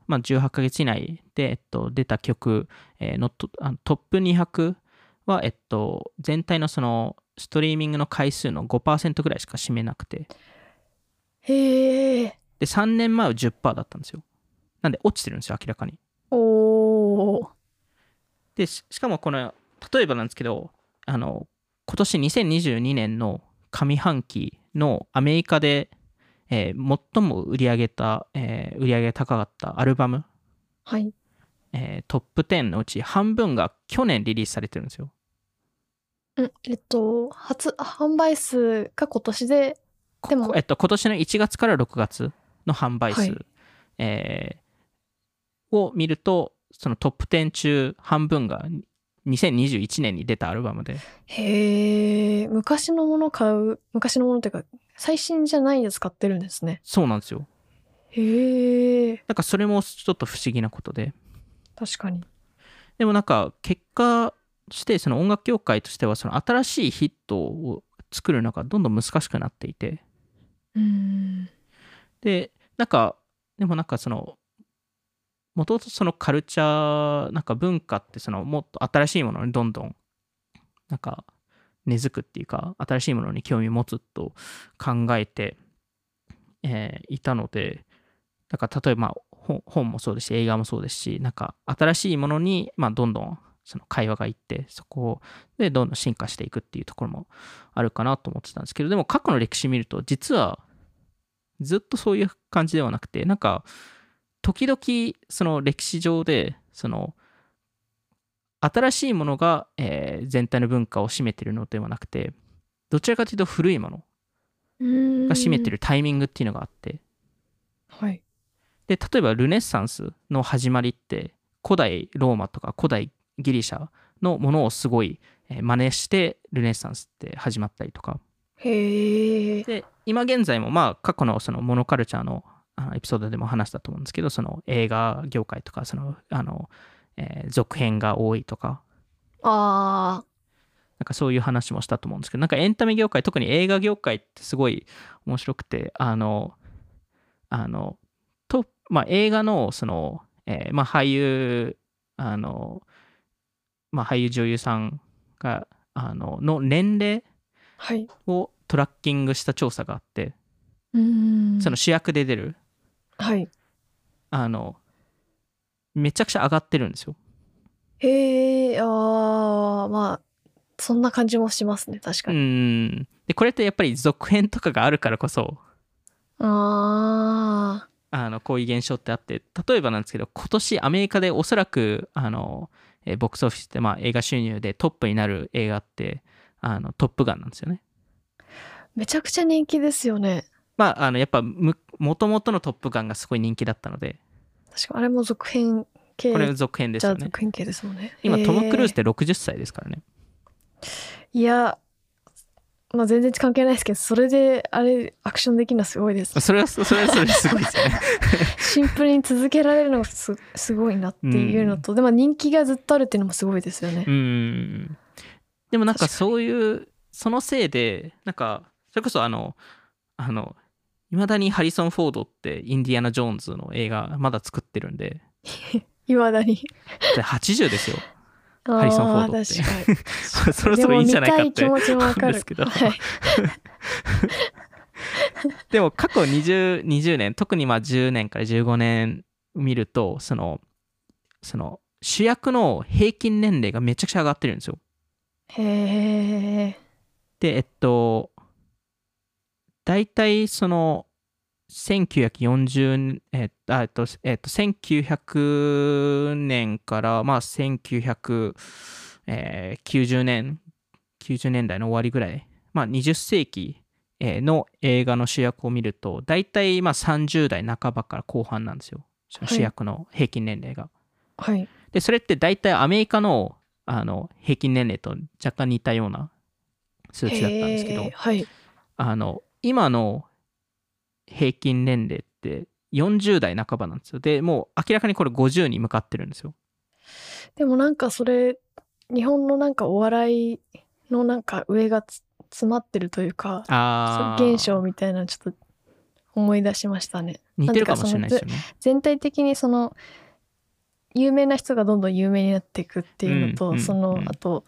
Speaker 2: まあ、18ヶ月以内で、えっと、出た曲、えーのトあのトップ200は、えっと、全体のその、ストリーミングの回数の5%ぐらいしか占めなくて、
Speaker 1: へえ
Speaker 2: で、3年前は10%だったんですよ。なんで、落ちてるんですよ、明らかに。
Speaker 1: おお
Speaker 2: でししかもこの例えばなんですけどあの今年2022年の上半期のアメリカで、えー最も売り上げた、えー売り上げが高かったアルバム、
Speaker 1: はい
Speaker 2: えートップ10のうち半分が去年リリースされてるんですよ
Speaker 1: うんえっと初販売数が今年で
Speaker 2: こ
Speaker 1: でも
Speaker 2: えっと、今年の1月から6月の販売数、
Speaker 1: はい
Speaker 2: えーを見るとそのトップ10中半分が2021年に出たアルバムで
Speaker 1: へえ昔のもの買う昔のものっていうか最新じゃないやつ買ってるんですね
Speaker 2: そうなんですよ
Speaker 1: へえ
Speaker 2: なんかそれもちょっと不思議なことで
Speaker 1: 確かに
Speaker 2: でもなんか結果としてその音楽業界としてはその新しいヒットを作るのがどんどん難しくなっていて
Speaker 1: うん
Speaker 2: でなんかでもなんかそのもともとそのカルチャーなんか文化ってそのもっと新しいものにどんどんなんか根付くっていうか新しいものに興味持つと考えて、えーいたのでだから例えばまあ本本もそうですし映画もそうですしなんか新しいものに、まあ、どんどんその会話がいってそこでどんどん進化していくっていうところもあるかなと思ってたんですけどでも過去の歴史見ると実はずっとそういう感じではなくてなんか時々その歴史上でその新しいものが、えー全体の文化を占めてるのではなくてどちらかというと古いもの
Speaker 1: が
Speaker 2: が占めてるタイミングっていうのがあって
Speaker 1: はい
Speaker 2: で例えばルネッサンスの始まりって古代ローマとか古代ギリシャのものをすごいえー真似してルネッサンスって始まったりとか
Speaker 1: へえ
Speaker 2: で今現在もまあ過去のそのモノカルチャーのあのエピソードでも話したと思うんですけどその映画業界とかそのあの、えー続編が多いとか
Speaker 1: あ
Speaker 2: なんかそういう話もしたと思うんですけどなんかエンタメ業界特に映画業界ってすごい面白くてあのあのとまあ、映画のその、えーまあ、俳優あの、まあ、俳優女優さんがあのの年齢
Speaker 1: はい。
Speaker 2: をトラッキングした調査があって
Speaker 1: うーん
Speaker 2: その主役で出る
Speaker 1: はい。
Speaker 2: あのめちゃくちゃ上がってるんですよ。
Speaker 1: へえ、ああ、まあ、そんな感じもしますね、確か
Speaker 2: う
Speaker 1: に。
Speaker 2: んでこれってやっぱり続編とかがあるからこそ
Speaker 1: ああ、
Speaker 2: あのこういう現象ってあって例えばなんですけど今年アメリカでおそらくあのえーボックスオフィスって、まあ、映画収入でトップになる映画ってあのトップガンなんですよね。
Speaker 1: めちゃくちゃ人気ですよね。
Speaker 2: まあ、あのやっぱむ元々のトップガンがすごい人気だったので
Speaker 1: 確かあれも続編系
Speaker 2: これ続編です
Speaker 1: じゃ
Speaker 2: よ
Speaker 1: あ
Speaker 2: ね。
Speaker 1: 続編系ですもんね。
Speaker 2: 今
Speaker 1: へ
Speaker 2: トム・クルーズって60歳ですからね。
Speaker 1: いや、まあ全然関係ないですけど、それであれ、アクションできるのはすごいです。
Speaker 2: それはそれはそれですごいですよね。
Speaker 1: シンプルに続けられるのがす すごいなっていうのと、でも人気がずっとあるっていうのもすごいですよね。
Speaker 2: うんでもなんか
Speaker 1: 確かに
Speaker 2: そういうそのせいでなんかそれこそあのあのいまだにハリソン・フォードってインディアナ・ジョーンズの映画まだ作ってるんで
Speaker 1: いまだに。
Speaker 2: で80ですよ
Speaker 1: ハ
Speaker 2: リソンフォードって
Speaker 1: 確かに
Speaker 2: そろそろいいんじゃないかって
Speaker 1: でも見たい気持ちもわか
Speaker 2: 思う
Speaker 1: る。
Speaker 2: んですけど
Speaker 1: はい、
Speaker 2: でも過去 20, 20年特にまあ10年から15年見るとそのその主役の平均年齢がめちゃくちゃ上がってるんですよ
Speaker 1: へえ。
Speaker 2: でえっと大体その1940えっとあえっとえっと1900年からまあ1990年90年代の終わりぐらいまあ20世紀えーの映画の主役を見ると大体まあ30代半ばから後半なんですよその主役の平均年齢が。
Speaker 1: はい。
Speaker 2: で、それって大体アメリカのあの平均年齢と若干似たような数値だったんですけ
Speaker 1: へ
Speaker 2: ど
Speaker 1: ー、はい。
Speaker 2: あの今の平均年齢って40代半ばなんですよ。で、もう明らかにこれ50に向かってるんですよ。
Speaker 1: でもなんかそれ、日本のなんかお笑いのなんか上がつ詰まってるというか、
Speaker 2: あ
Speaker 1: そういう現象みたいなのちょっと思い出しましたね。
Speaker 2: 似てるかもしれないですよね。
Speaker 1: 全体的にその有名な人がどんどん有名になっていくっていうのと、
Speaker 2: うんうん
Speaker 1: そ
Speaker 2: うん
Speaker 1: のあと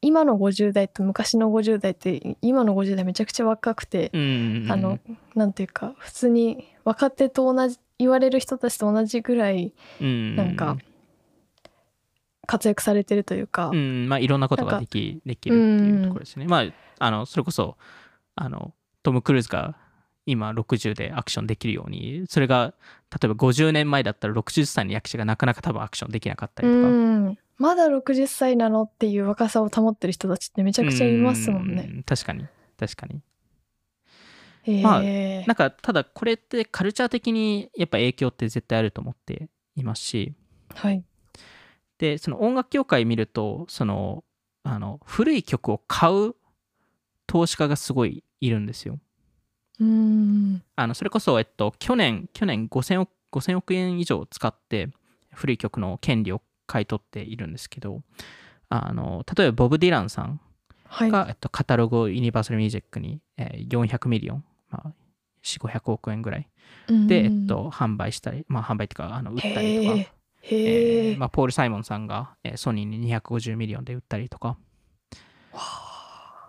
Speaker 1: 今の50代と昔の50代って今の50代めちゃくちゃ若くて、
Speaker 2: うん
Speaker 1: あの、なんていうか普通に若手と同じ言われる人たちと同じぐらい
Speaker 2: うん
Speaker 1: なんか活躍されてるというか、
Speaker 2: うん、まあいろんなことができできるっていうところですね。まあ、あの、それこそ、あの、トム・クルーズが今60でアクションできるように、それが、例えば50年前だったら60歳の役者がなかなか多分アクションできなかったりとか。
Speaker 1: うんまだ60歳なのっていう若さを保ってる人たちってめちゃくちゃいますもんね。
Speaker 2: う。確かに、確かに。まあ
Speaker 1: へえ
Speaker 2: なんか、ただこれってカルチャー的にやっぱ影響って絶対あると思っていますし、
Speaker 1: はい。
Speaker 2: で、その音楽業界見ると、その、あの、古い曲を買う投資家がすごいいるんですよ。
Speaker 1: うん。
Speaker 2: あのそれこそ、えっと、去年、去年5000億 ,5000 億円以上使って、古い曲の権利を買い取っているんですけど、あの例えばボブ・ディランさん
Speaker 1: はい。
Speaker 2: が、えっと、カタログをユニバーサル・ミュージックに、えー400ミリオン、まあ、4、500億円ぐらいで、えっと、販売したり、まあ、販売っていうか、あの売ったりとか、
Speaker 1: へ
Speaker 2: え
Speaker 1: え。へ
Speaker 2: ーまあ、ポール・サイモンさんが、えーソニーに250ミリオンで売ったりとか、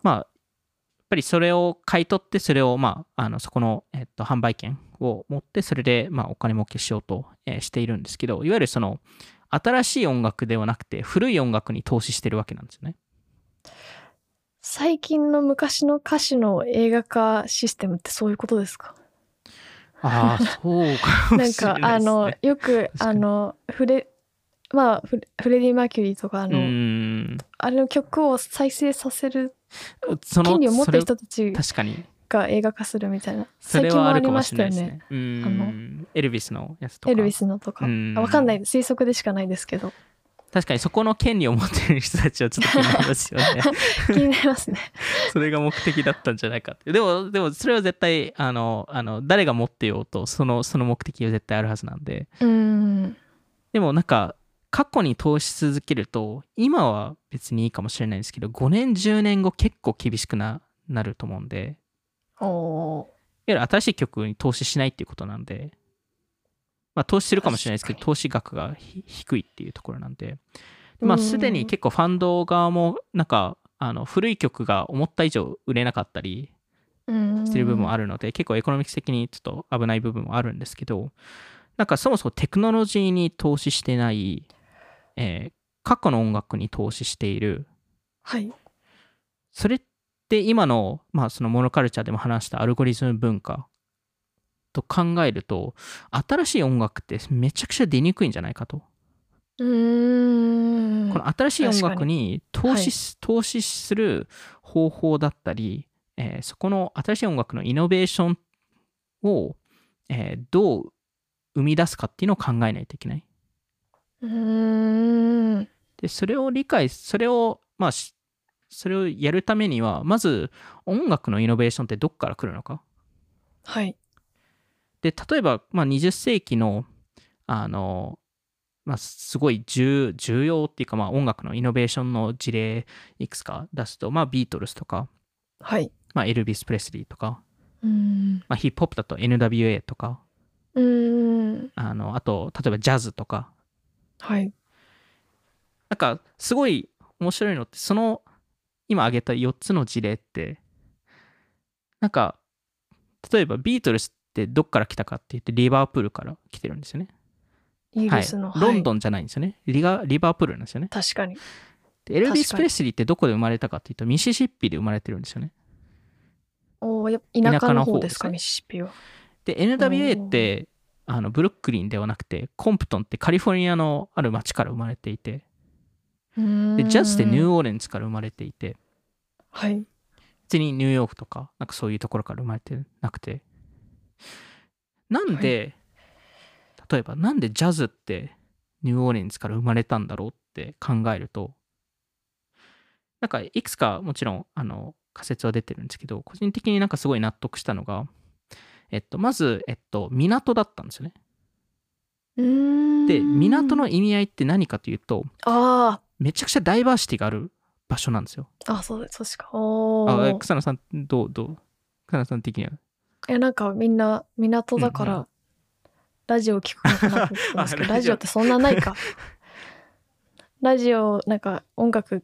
Speaker 2: まあ、やっぱりそれを買い取って、それを、まあ、あのそこの、えっと販売権を持って、それで、まあ、お金儲けしようと、えーしているんですけど、いわゆるその、新しい音楽ではなくて、古い音楽に投資してるわけなんですよね。
Speaker 1: 最近の昔の歌手の映画化システムってそういうことです か
Speaker 2: ああ、そうかも
Speaker 1: なん
Speaker 2: しれ
Speaker 1: か
Speaker 2: な
Speaker 1: あ
Speaker 2: いですね。
Speaker 1: のよく
Speaker 2: 確かに
Speaker 1: あのフレまあフレフレディ・マーキュリーとかあ
Speaker 2: う
Speaker 1: の、
Speaker 2: ーん
Speaker 1: あれの曲を再生させる
Speaker 2: その
Speaker 1: 権利を持ってる人た
Speaker 2: そ
Speaker 1: ち
Speaker 2: れ確かに、
Speaker 1: が映画化するみたいな
Speaker 2: そ
Speaker 1: 最
Speaker 2: れ
Speaker 1: 近も
Speaker 2: はあ
Speaker 1: あ
Speaker 2: る
Speaker 1: り
Speaker 2: かも
Speaker 1: ま
Speaker 2: し
Speaker 1: し
Speaker 2: れ
Speaker 1: た
Speaker 2: ない
Speaker 1: よ
Speaker 2: です
Speaker 1: ね
Speaker 2: ね。うーんエルビスのやつとか。
Speaker 1: エルヴィスのとか
Speaker 2: うん
Speaker 1: あわかんない推測でしかないですけど
Speaker 2: 確かにそこの権利を持ってる人たちはちょっと気になりますよね。
Speaker 1: 気になりますね
Speaker 2: それが目的だったんじゃないかって。でも、でもそれは絶対、あの、あの誰が持ってようと、その、その目的は絶対あるはずなんで。
Speaker 1: うん
Speaker 2: でもなんか、過去に投資続けると、今は別にいいかもしれないんですけど、5年、10年後結構厳しくななると思うんで、
Speaker 1: おー
Speaker 2: いわゆる新しい曲に投資しないっていうことなんで、まあ、投資するかもしれないですけ
Speaker 1: 確
Speaker 2: ど、
Speaker 1: か
Speaker 2: 投資額がひ低いっていうところなんで、
Speaker 1: うん
Speaker 2: まあ、すでに結構ファンド側も、なんか、あの古い曲が思った以上売れなかったり
Speaker 1: うん
Speaker 2: してる部分もあるので、結構エコノミクス的にちょっと危ない部分もあるんですけど、なんかそもそもテクノロジーに投資してない、えー過去の音楽に投資している、
Speaker 1: はい
Speaker 2: それって今の,、まあそのモノカルチャーでも話したアルゴリズム文化と考えると新しい音楽ってめちゃくちゃ出にくいんじゃないかと、
Speaker 1: うーん
Speaker 2: この新しい音楽に投資
Speaker 1: はい
Speaker 2: す,、投資する方法だったり、えーそこの新しい音楽のイノベーションを、えーどう生み出すかっていうのを考えないといけない。
Speaker 1: うーん
Speaker 2: でそれを理解それをまあしそれをやるためにはまず音楽のイノベーションってどっから来るのか
Speaker 1: はい
Speaker 2: で例えば、まあ、20世紀のあの、まあ、すごい重重要っていうか、まあ、音楽のイノベーションの事例いくつか出すと、まあ、ビートルズとか、
Speaker 1: はい
Speaker 2: まあ、エルビス・プレスリーとか、
Speaker 1: うーん
Speaker 2: まあ、ヒップホップだと NWA とか
Speaker 1: うーん
Speaker 2: あのあと例えばジャズとか
Speaker 1: はい
Speaker 2: なんかすごい面白いのってその今挙げた4つの事例ってなんか例えばビートルズってどっから来たかって言ってリバープールから来てるんですよね。
Speaker 1: イギリスの、
Speaker 2: はい、ロン
Speaker 1: ン
Speaker 2: ドンじゃないんですよねリガリバープールなんですよね
Speaker 1: 確かに
Speaker 2: でエルビ
Speaker 1: 確
Speaker 2: ス・
Speaker 1: かに
Speaker 2: プレスリーってどこで生まれたかっていうとミシシッピで生まれてるんですよね
Speaker 1: おーやっぱ田
Speaker 2: 田
Speaker 1: 舎の
Speaker 2: 舎の
Speaker 1: 方
Speaker 2: 方
Speaker 1: で
Speaker 2: ですす
Speaker 1: か
Speaker 2: ね
Speaker 1: ミシシッピは
Speaker 2: で NWA ってあのブルックリンではなくてコンプトンってカリフォルニアのある町から生まれていて
Speaker 1: で
Speaker 2: でジャズってニュー
Speaker 1: ー
Speaker 2: オーレンズから生まれていて
Speaker 1: はい
Speaker 2: 別にニューヨークとかなんかそういうところから生まれてなくてなんで、例えばなんでジャズってニューオーレンズから生まれたんだろうって考えるとなんかいくつかもちろんあの仮説は出てるんですけど個人的になんかすごい納得したのが、えっと、まず、えっと、港だったんですよね。で
Speaker 1: で
Speaker 2: 港の意味合いって何かというと
Speaker 1: あ
Speaker 2: めちゃくちゃダイバーシティがある場所なんですよ。
Speaker 1: ーあそうです確かお
Speaker 2: あ
Speaker 1: ー
Speaker 2: え草野さんどうどう草野さん的には。
Speaker 1: えなんかみんな港だか
Speaker 2: うん
Speaker 1: らラジオ聞くのかなと思ってたんですけど
Speaker 2: あ
Speaker 1: ラ
Speaker 2: ラ
Speaker 1: ジ
Speaker 2: ジオ
Speaker 1: オってそんなない かラジオなんか音楽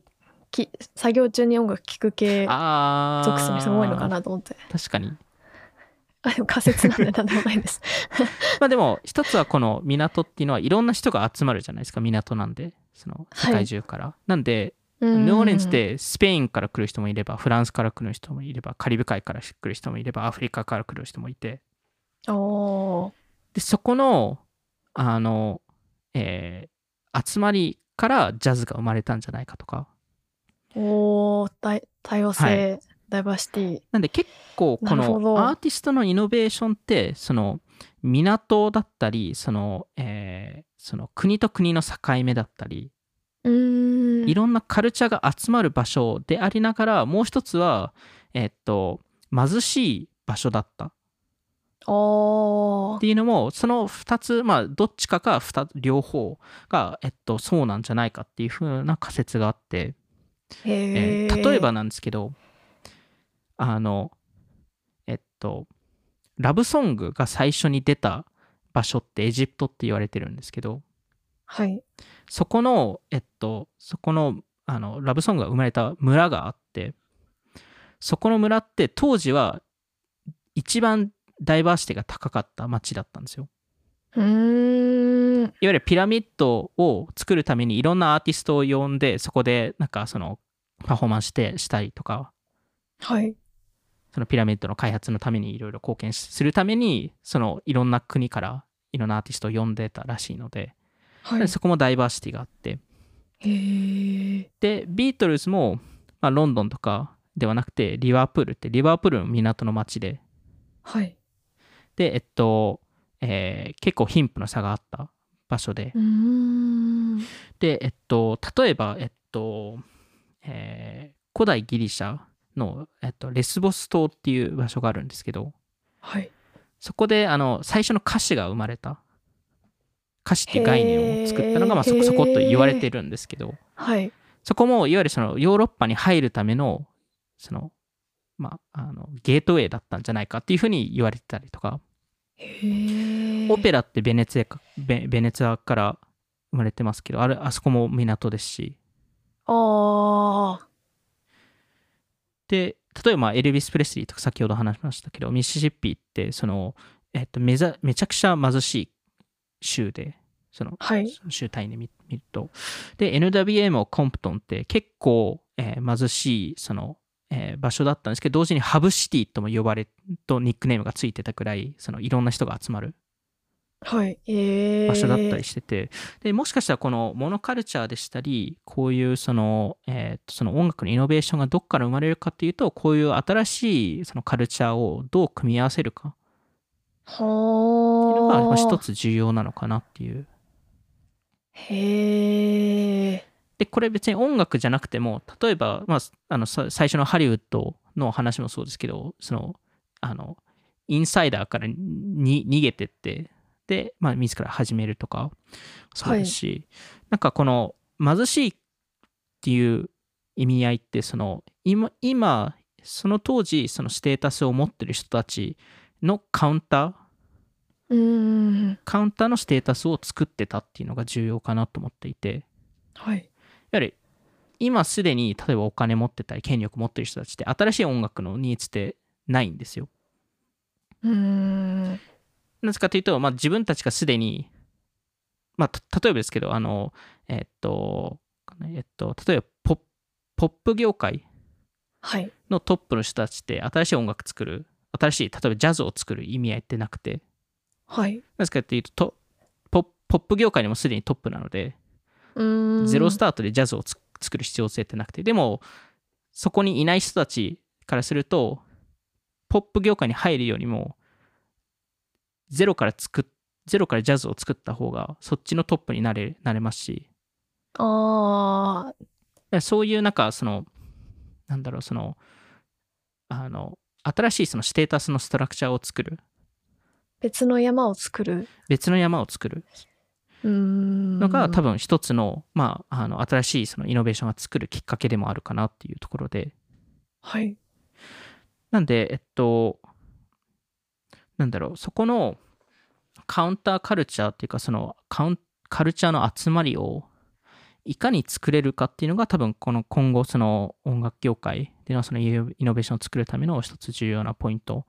Speaker 1: き作業中に音楽聞く系
Speaker 2: あ
Speaker 1: 属性の人が多いのかなと思って
Speaker 2: 確かに
Speaker 1: あでも仮説なんでなんでもないです
Speaker 2: まあでも一つはこの港っていうのはいろんな人が集まるじゃないですか港なんでその
Speaker 1: はい
Speaker 2: 世界中から、なんで
Speaker 1: ニ
Speaker 2: ニューオーレン
Speaker 1: ズ
Speaker 2: ズってスペインから来る人もいればフランスから来る人もいればカリブ海から来る人もいればアフリカから来る人もいて
Speaker 1: おー
Speaker 2: でそこのあの、えー集まりからジャズが生まれたんじゃないかとか
Speaker 1: おーだい多様性、
Speaker 2: は
Speaker 1: ダイバーシティ
Speaker 2: なんで結構こ
Speaker 1: なるほど
Speaker 2: のアーティストのイノベーションってその港だったりその,、えーその国と国の境目だったり
Speaker 1: うーん
Speaker 2: いろんなカルチャーが集まる場所でありながらもう一つはえっと貧しい場所だったっ
Speaker 1: おー
Speaker 2: ていうのもその2つまあどっちかか2両方が、えっと、そうなんじゃないかっていう風な仮説があって、え
Speaker 1: へ
Speaker 2: ー
Speaker 1: ー
Speaker 2: 例えばなんですけどあのえっとラブソングが最初に出た場所ってエジプトって言われてるんですけど
Speaker 1: はい
Speaker 2: そこの、えっと、そこの、あの、ラブソングが生まれた村があって、そこの村って当時は一番ダイバーシティが高かった町だったんですよ。
Speaker 1: うーん
Speaker 2: いわゆるピラミッドを作るためにいろんなアーティストを呼んで、そこでなんかそのパフォーマンスしてしたりとか、
Speaker 1: はい
Speaker 2: そのピラミッドの開発のためにいろいろ貢献するために、そのいろんな国からいろんなアーティストを呼んでたらしいので、
Speaker 1: はい
Speaker 2: そこもダイバーシティがあって、
Speaker 1: へえ
Speaker 2: でビートルズも、まあ、ロンドンとかではなくてリバープールってリバープールの港の町で
Speaker 1: はい
Speaker 2: でえっと、えー結構貧富の差があった場所で
Speaker 1: うーん
Speaker 2: でえっと例えばえっと、えー古代ギリシャの、えっと、レスボス島っていう場所があるんですけど
Speaker 1: はい
Speaker 2: そこであの最初の歌詞が生まれた歌詞っていう概念を作ったのが、まあ、そこそこと言われてるんですけど
Speaker 1: はい
Speaker 2: そこもいわゆるそのヨーロッパに入るためのその、まあ、あのゲートウェイだったんじゃないかっていうふうに言われてたりとか
Speaker 1: へえ
Speaker 2: オペラってベネツィアかベベネツィアから生まれてますけどあれあそこも港ですし
Speaker 1: ああ
Speaker 2: で例えばまあエルビス・プレスリーとか先ほど話しましたけどミシシッピってその、えっと、めざめちゃくちゃ貧しい州でその
Speaker 1: はい
Speaker 2: その州単位で見見るとで NWA もコンプトンって結構、えー貧しいその、えー場所だったんですけど同時にハブシティとも呼ばれとニックネームがついてたくらいそのいろんな人が集まる
Speaker 1: はいええ
Speaker 2: 場所だったりしてて、でもしかしたらこのモノカルチャーでしたりこういうその,、えーとその音楽のイノベーションがどこから生まれるかっていうとこういう新しいそのカルチャーをどう組み合わせるかっていうのがまあ
Speaker 1: はあ
Speaker 2: 一つ重要なのかなっていう。
Speaker 1: へえ
Speaker 2: でこれ別に音楽じゃなくても例えば、まあ、あのさ最初のハリウッドの話もそうですけどそのあのインサイダーからに逃げてってで、まあ、自ら始めるとかそうですし、なんかこの貧しいっていう意味合いってその今今その当時そのステータスを持ってる人たちのカウンター
Speaker 1: うーん
Speaker 2: カウンターのステータスを作ってたっていうのが重要かなと思っていて。
Speaker 1: はい
Speaker 2: やはり今すでに例えばお金持ってたり権力持ってる人たちって新しい音楽のニーズってないんですよ。
Speaker 1: うーん
Speaker 2: なぜかというと、まあ、自分たちがすでに、まあ、た例えばですけどあのえっとえっと例えばポッポップ業界
Speaker 1: はい
Speaker 2: のトップの人たちって新しい音楽作る新しい例えばジャズを作る意味合いってなくて
Speaker 1: はい
Speaker 2: なぜかというととポッポップ業界にもすでにトップなので
Speaker 1: うーん
Speaker 2: ゼロスタートでジャズをつ作る必要性ってなくてでもそこにいない人たちからするとポップ業界に入るよりもゼロから作っゼロからジャズを作った方がそっちのトップになれなれますし
Speaker 1: ああ
Speaker 2: だからそういうなんかそのなんだろうそのあの新しいそのステータスのストラクチャーを作る
Speaker 1: 別の山を作る
Speaker 2: 別の山を作る
Speaker 1: うーん
Speaker 2: のが多分一つの,、まあ、あの新しいそのイノベーションが作るきっかけでもあるかなっていうところで
Speaker 1: はい
Speaker 2: なんで、えっと、なんだろう、そこのカウンターカルチャーっていうか、そのカウンカルチャーの集まりをいかに作れるかっていうのが、多分この今後、その音楽業界でのそのイノイノベーションを作るための一つ重要なポイント、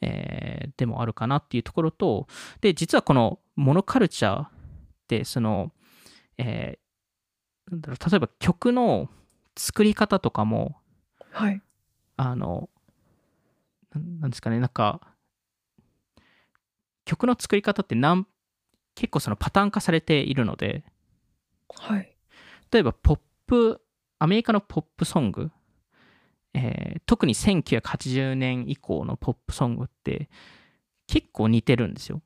Speaker 2: えーでもあるかなっていうところと、で、実はこのモノカルチャーって、その、えーなんだろう、例えば曲の作り方とかも、
Speaker 1: はい
Speaker 2: あの、なんなんですかね、なんか、曲の作り方ってなん結構そのパターン化されているので、
Speaker 1: はい
Speaker 2: 例えばポップ、アメリカのポップソング、えー特に1980年以降のポップソングって結構似てるんですよ。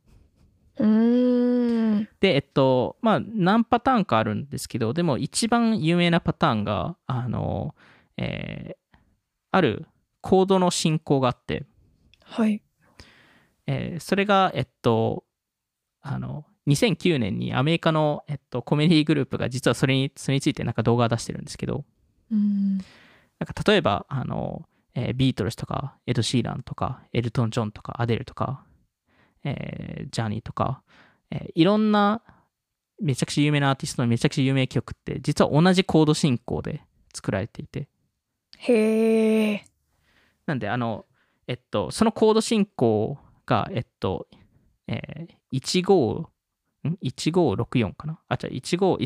Speaker 1: うーん
Speaker 2: で、えっと、まあ、何パターンかあるんですけど、でも一番有名なパターンが、あの、えーあるコードの進行があって、
Speaker 1: はい
Speaker 2: えーそれが、えっと、あの、2009年にアメリカの、えっと、コメディグループが実はそれにそれについてなんか動画を出してるんですけど、
Speaker 1: うーん
Speaker 2: なんか例えば、あの、えービートルズとか、エド・シーランとか、エルトン・ジョンとか、アデルとか、えージャニーとか、えーいろんなめちゃくちゃ有名なアーティストのめちゃくちゃ有名曲って、実は同じコード進行で作られていて、
Speaker 1: へえ
Speaker 2: なんで、あの、えっと、そのコード進行が、えっと、えー、15ん1564かなあ、違う、15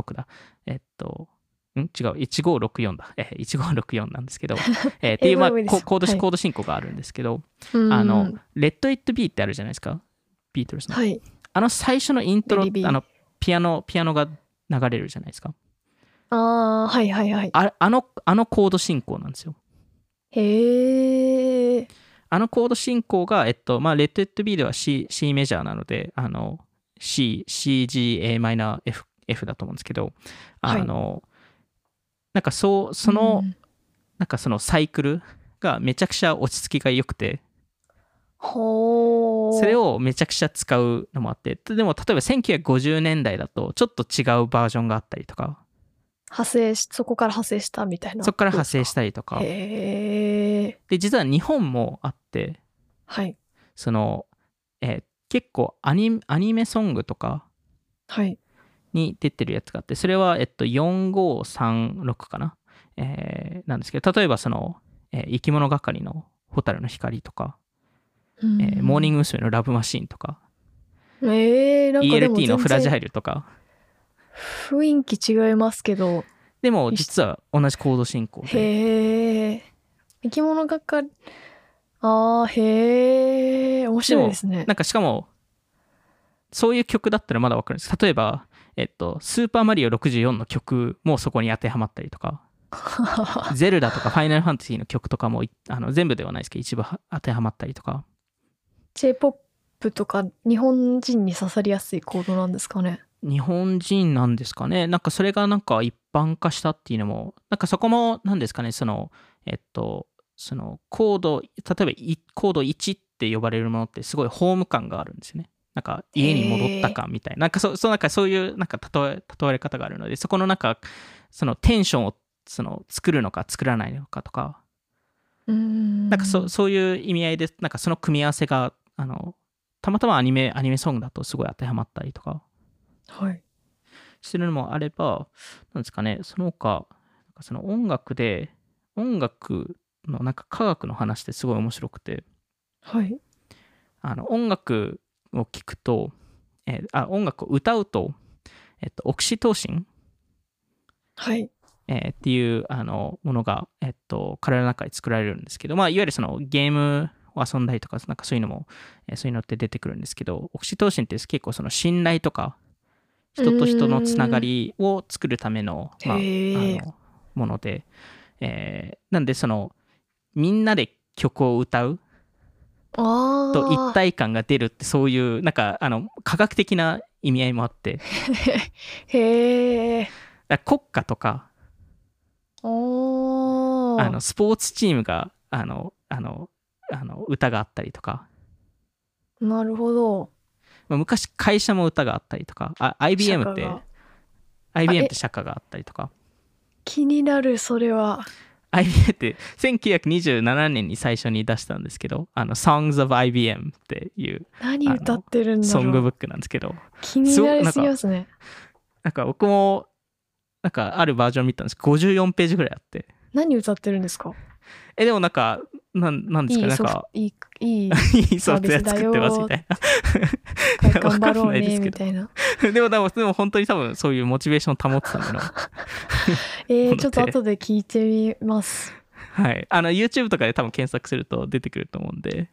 Speaker 2: 1546だ。えっと、ん違う、1564だ。えー、1564なんですけ ど、えーっていう、まあ、
Speaker 1: 英語でもいいです
Speaker 2: コ
Speaker 1: よ
Speaker 2: コード
Speaker 1: はい
Speaker 2: コード進行があるんですけど、
Speaker 1: あ
Speaker 2: あの、レッド・イット・ビーってあるじゃないですか、ビートルズの。
Speaker 1: はい
Speaker 2: あの最初のイントロ、
Speaker 1: ビリビ
Speaker 2: あの、ピアノ、ピアノが流れるじゃないですか。
Speaker 1: ああはいはいはい
Speaker 2: ああの、あのコード進行なんですよ。
Speaker 1: へえ
Speaker 2: あのコード進行が、えっと、まあ、レッド・エッド・ビーでは C, C メジャーなので、あの、C、C、G、A マイナー、F、F だと思うんですけど、あの、なんかそう、その、
Speaker 1: うん
Speaker 2: なんかそのサイクルがめちゃくちゃ落ち着きが良くて、
Speaker 1: ほう
Speaker 2: それをめちゃくちゃ使うのもあって、でも例えば1950年代だと、ちょっと違うバージョンがあったりとか、
Speaker 1: 派生しそこから派生したみたいな
Speaker 2: そこから派生したりとか、
Speaker 1: へえ
Speaker 2: で、実は日本もあって、
Speaker 1: はい
Speaker 2: その、えー結構アニアニメソングとか
Speaker 1: はい。
Speaker 2: に出てるやつがあって、それは、えっと、4536かな、えーなんですけど、例えばその、えー生き物係の蛍の光とか、えーモーニン
Speaker 1: グ。
Speaker 2: グ娘。のラブマシーンとか、
Speaker 1: えー、なんかでも
Speaker 2: ELT のフラジ
Speaker 1: 全
Speaker 2: ャ
Speaker 1: 然
Speaker 2: イルとか、
Speaker 1: 雰囲気違いますけど。
Speaker 2: でも実は同じコード進行で、
Speaker 1: へえ。生き物がかり。あーへえ。面白いですね。
Speaker 2: なんかしかも、そういう曲だったらまだわかるんです。例えば、えっと、スーパーマリオ64の曲もそこに当てはまったりとか、 ゼルダとかファイナルファンタジーの曲とかもいあの全部ではないですけど、一部は当てはまったりとか、
Speaker 1: J-POP とか日本人に刺さりやすいコードなんですかね。
Speaker 2: 日本人なんですかね、なんかそれがなんか一般化したっていうのも、なんかそこも、なんですかね、その、えっと、そのコード、例えばいコード1って呼ばれるものってすごいホーム感があるんですよね。なんか家に戻った感みたいな、なんかそそうなんかそういうなんか例え例えれ方があるので、そこのなんか、そのテンションをその作るのか作らないのかとか、
Speaker 1: うーん。
Speaker 2: なんかそそういう意味合いで、なんかその組み合わせが、あの、たまたまアニメ、アニメソングだとすごい当てはまったりとか。
Speaker 1: はい。
Speaker 2: してるのもあれば、なんですかね、その他、なんかその音楽で、音楽のなんか科学の話ってすごい面白くて、
Speaker 1: はい。
Speaker 2: あの音楽を聞くと、えーあ音楽を歌うと、えっと、オキシトシン、
Speaker 1: はい。
Speaker 2: えーっていうあのものが、えっと、体の中で作られるんですけど、まあ、いわゆるそのゲームを遊んだりとか、なんかそういうのも、えーそういうのって出てくるんですけど、オキシトシンって結構その信頼とか、人と人のつながりを作るための、まあ、あ
Speaker 1: へえ
Speaker 2: のもので、えーなんでその、みんなで曲を歌う
Speaker 1: ああ。
Speaker 2: と一体感が出るって、そういう、なんか、あの、科学的な意味合いもあって、
Speaker 1: へえ。
Speaker 2: だから国家とか、
Speaker 1: おお。
Speaker 2: あのスポーツチームがあのあのあの歌があったりとか、
Speaker 1: なるほど。
Speaker 2: まあ昔会社も歌があったりとかあ IBM って
Speaker 1: 社歌が
Speaker 2: IBM
Speaker 1: え
Speaker 2: って社歌があったりとか
Speaker 1: 気になる、それは。
Speaker 2: IBM って1927年に最初に出したんですけどあの Songs of IBM っていう
Speaker 1: 何歌ってるんだ
Speaker 2: ソング
Speaker 1: ろ
Speaker 2: ブ
Speaker 1: う。
Speaker 2: ックなんですけど
Speaker 1: 気になりすぎますね。
Speaker 2: なんか僕もなんかあるバージョン見たんですけど54ページぐらいあって
Speaker 1: 何歌ってるんですか
Speaker 2: えでもなんかなんなんです
Speaker 1: い
Speaker 2: か
Speaker 1: い
Speaker 2: なん
Speaker 1: ソフト
Speaker 2: か、
Speaker 1: いい、いい、
Speaker 2: いいソフトウェア作ってますみたいな
Speaker 1: 頑張ろ
Speaker 2: わかん
Speaker 1: う
Speaker 2: ないで
Speaker 1: ね、
Speaker 2: すけ
Speaker 1: み
Speaker 2: ど
Speaker 1: たいな。
Speaker 2: でもでもでも本当に多分そういうモチベーションを保ってた のの
Speaker 1: え
Speaker 2: なの
Speaker 1: ー、
Speaker 2: で
Speaker 1: ちょっと後で聞いてみます。
Speaker 2: はい、あの YouTube とかで多分検索すると出てくると思うんで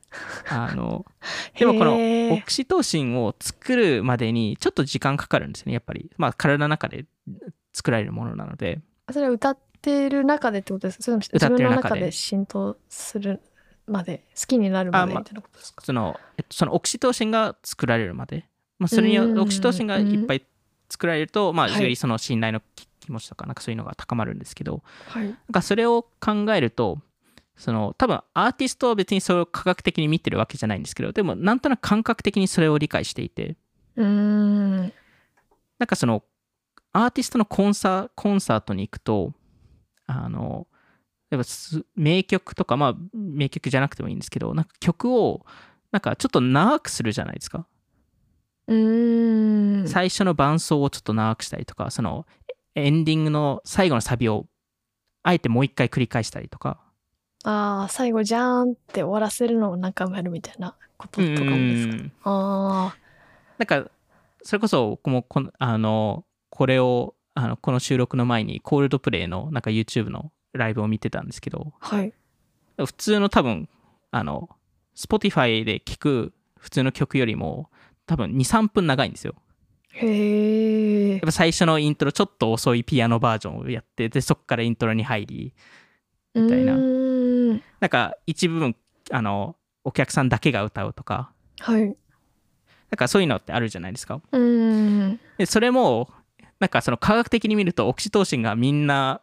Speaker 2: あの でもこの
Speaker 1: へー
Speaker 2: オキシトシンを作るまでにちょっと時間かかるんですよねやっぱり、まあ、体の中で作られるものなので
Speaker 1: それは歌ってる中でってことですかそれとも
Speaker 2: 歌
Speaker 1: 自
Speaker 2: って
Speaker 1: 分の
Speaker 2: る中で
Speaker 1: 中で浸透するまで、好きになるまで
Speaker 2: あま
Speaker 1: みたいなことですか
Speaker 2: その,、えっと、そのオキシトシンが作られるまで、まあ、それによ
Speaker 1: うん
Speaker 2: オキシトシンがいっぱい作られると、まあ、
Speaker 1: はい
Speaker 2: よりその信頼の気気持ちとかなんかそういうのが高まるんですけど、
Speaker 1: はい。
Speaker 2: なんかそれを考えるとその多分アーティストは別にそれを科学的に見てるわけじゃないんですけどでもなんとなく感覚的にそれを理解していて
Speaker 1: うーん。
Speaker 2: なんかそのアーティストのコンサコンサートに行くとあのやっぱす名曲とかまあ名曲じゃなくてもいいんですけどなんか曲をなんかちょっと長くするじゃないですか、
Speaker 1: うーん。
Speaker 2: 最初の伴奏をちょっと長くしたりとかそのエンディングの最後のサビをあえてもう一回繰り返したりとか
Speaker 1: ああ、最後じゃーんって終わらせるのを何回もやるみたいなこととかもですか、
Speaker 2: うん
Speaker 1: あ
Speaker 2: なんかそれこそ僕もこのあのこれをあのこの収録の前にコールドプレイのなんか YouTube のライブを見てたんですけど
Speaker 1: あ、はい。
Speaker 2: 普通の多分あの Spotify で聴く普通の曲よりも多分23分長いんですよ
Speaker 1: へえ
Speaker 2: やっ。ぱ最初のイントロちょっと遅いピアノバージョンをやってでそこからイントロに入りみたいな
Speaker 1: うーん。
Speaker 2: なんか一部分あのお客さんだけが歌うとか
Speaker 1: はい。う
Speaker 2: なんかそういうのってあるじゃないですか
Speaker 1: ーん。
Speaker 2: でそれもなんかその科学的に見るとオキシトシンがみんな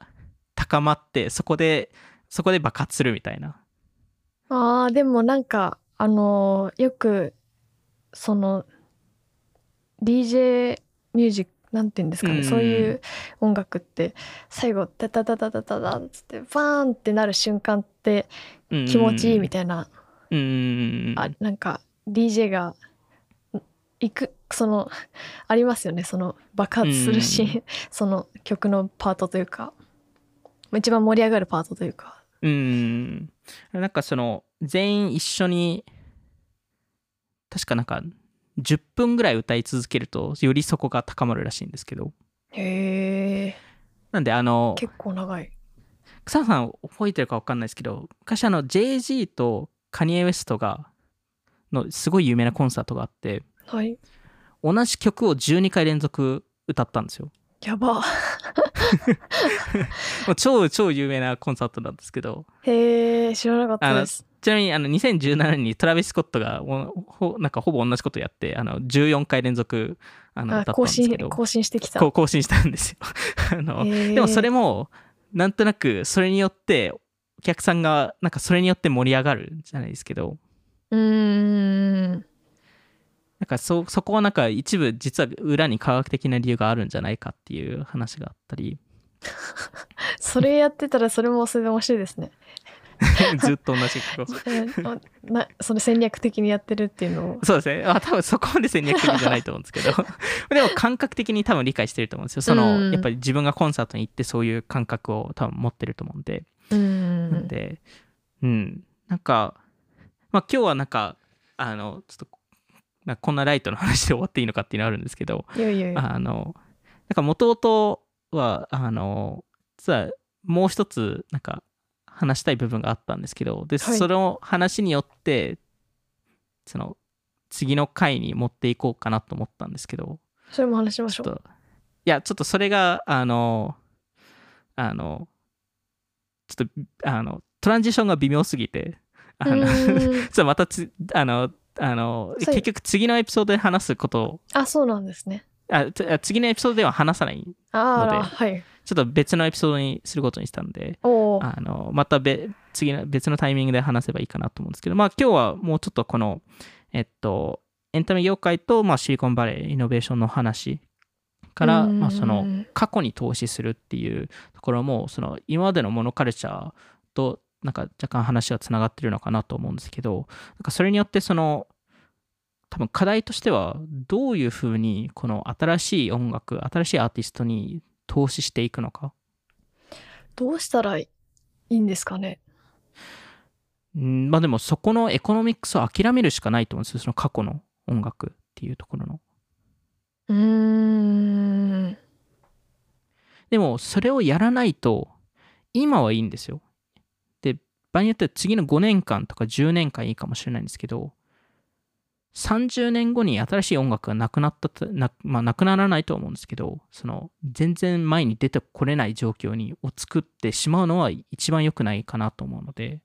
Speaker 2: 高まってそこでそこで爆発するみたいな
Speaker 1: ああ、でもなんか、あのーよく、その、DJ ミュージック、なんて言うんですか
Speaker 2: うん
Speaker 1: ね、そういう音楽って、最後、タタタタタタタンつって、バーンってなる瞬間って気持ちいいみ
Speaker 2: た
Speaker 1: たいな、
Speaker 2: いなうん
Speaker 1: あなんか DJ がいくそのありますよねその爆発するシーン、その曲のパートというか一番盛り上がるパートというか
Speaker 2: うん。なんかその、全員一緒に、確かなんか、10分ぐらい歌い続けると、よりそこが高まるらしいんですけど。
Speaker 1: へえ
Speaker 2: なんで、あの、
Speaker 1: 結構長い
Speaker 2: 草野さん覚えてるか分かんないですけど、昔あの、JG とカニエ・ウェストが、のすごい有名なコンサートがあって、
Speaker 1: はい
Speaker 2: 同じ曲を12回連続歌ったんですよ。
Speaker 1: やば
Speaker 2: もう超超有名なコンサートなんですけど、
Speaker 1: へえ知らなかったです
Speaker 2: ちなみにあの2017年にトラビス・スコットがおほなんかほぼ同じことやってあの14回連続あの
Speaker 1: あ
Speaker 2: 歌ったん
Speaker 1: 更
Speaker 2: ですけ
Speaker 1: 新
Speaker 2: ど
Speaker 1: 更新してきた
Speaker 2: こう更新したんですよ あの、でもそれ
Speaker 1: も
Speaker 2: もなんとなくそれによってお客さんがなんかそれによって盛り上がるじゃないですけど
Speaker 1: うーん
Speaker 2: なんかそそこはなんか一部実は裏に科学的な理由があるんじゃないかっていう話があった り
Speaker 1: それやってたらそれもそれで面白いですね
Speaker 2: ずっと同じ曲を
Speaker 1: えーあなその戦略的にやってるっていうのを
Speaker 2: そうですね。まあ多分そこまで戦略的じゃないと思うんです けど。でも感覚的に多分理解してると思うんですよ。その、
Speaker 1: うん
Speaker 2: やっぱり自分がコンサートに行ってそういう感覚を多分持ってると思うんで。
Speaker 1: う
Speaker 2: なん
Speaker 1: ん
Speaker 2: で、うん。なんか、まあ今日はなんか、あの、ちょっと、なんかこんなライトの話で終わっていいのかっていうのはあるんですけど、
Speaker 1: いやいやいや
Speaker 2: あの、なんか元々は、あの、実はもう一つ、なんか話したい部分があったんですけど、で、
Speaker 1: はい
Speaker 2: その話によって、その、次の回に持っていこうかなと思ったんですけど、
Speaker 1: それも話しまし
Speaker 2: ちょ
Speaker 1: ょ
Speaker 2: っ
Speaker 1: う
Speaker 2: と、いや、ちょっとそれが、あの、あの、ちょっと、あの、トランジションが微妙すぎて、あ
Speaker 1: う
Speaker 2: の、
Speaker 1: ーん
Speaker 2: そうまたつ、あの、あの、
Speaker 1: そう
Speaker 2: 結局次のエピソードで話すことを、
Speaker 1: あそうなんですね
Speaker 2: あつあ次のエピソードでは話さない
Speaker 1: あ
Speaker 2: の
Speaker 1: ら
Speaker 2: で
Speaker 1: はい
Speaker 2: ちょっと別のエピソードにすることにしたんで、
Speaker 1: おお
Speaker 2: あのまたべ次の別のタイミングで話せばいいかなと思うんですけど、まあ、今日はもうちょっとこの、えっと、エンタメ業界と、まあ、シリコンバレーイノベーションの話から、まあ、その過去に投資するっていうところもその今までのモノカルチャーとなんか若干話はつながってるのかなと思うんですけどなんかそれによってその多分課題としてはどういうふうにこの新しい音楽新しいアーティストに投資していくのか
Speaker 1: どうしたらいいんですかね
Speaker 2: うんまあでもそこのエコノミックスを諦めるしかないと思うんですよその過去の音楽っていうところの
Speaker 1: うーん
Speaker 2: でもそれをやらないと今はいいんですよ。で場合によっては次の5年間とか10年間いいかもしれないんですけど30年後に新しい音楽がなくなったとな,、まあ、なくならないとは思うんですけどその全然前に出てこれない状況にを作ってしまうのは一番良くないかなと思うので、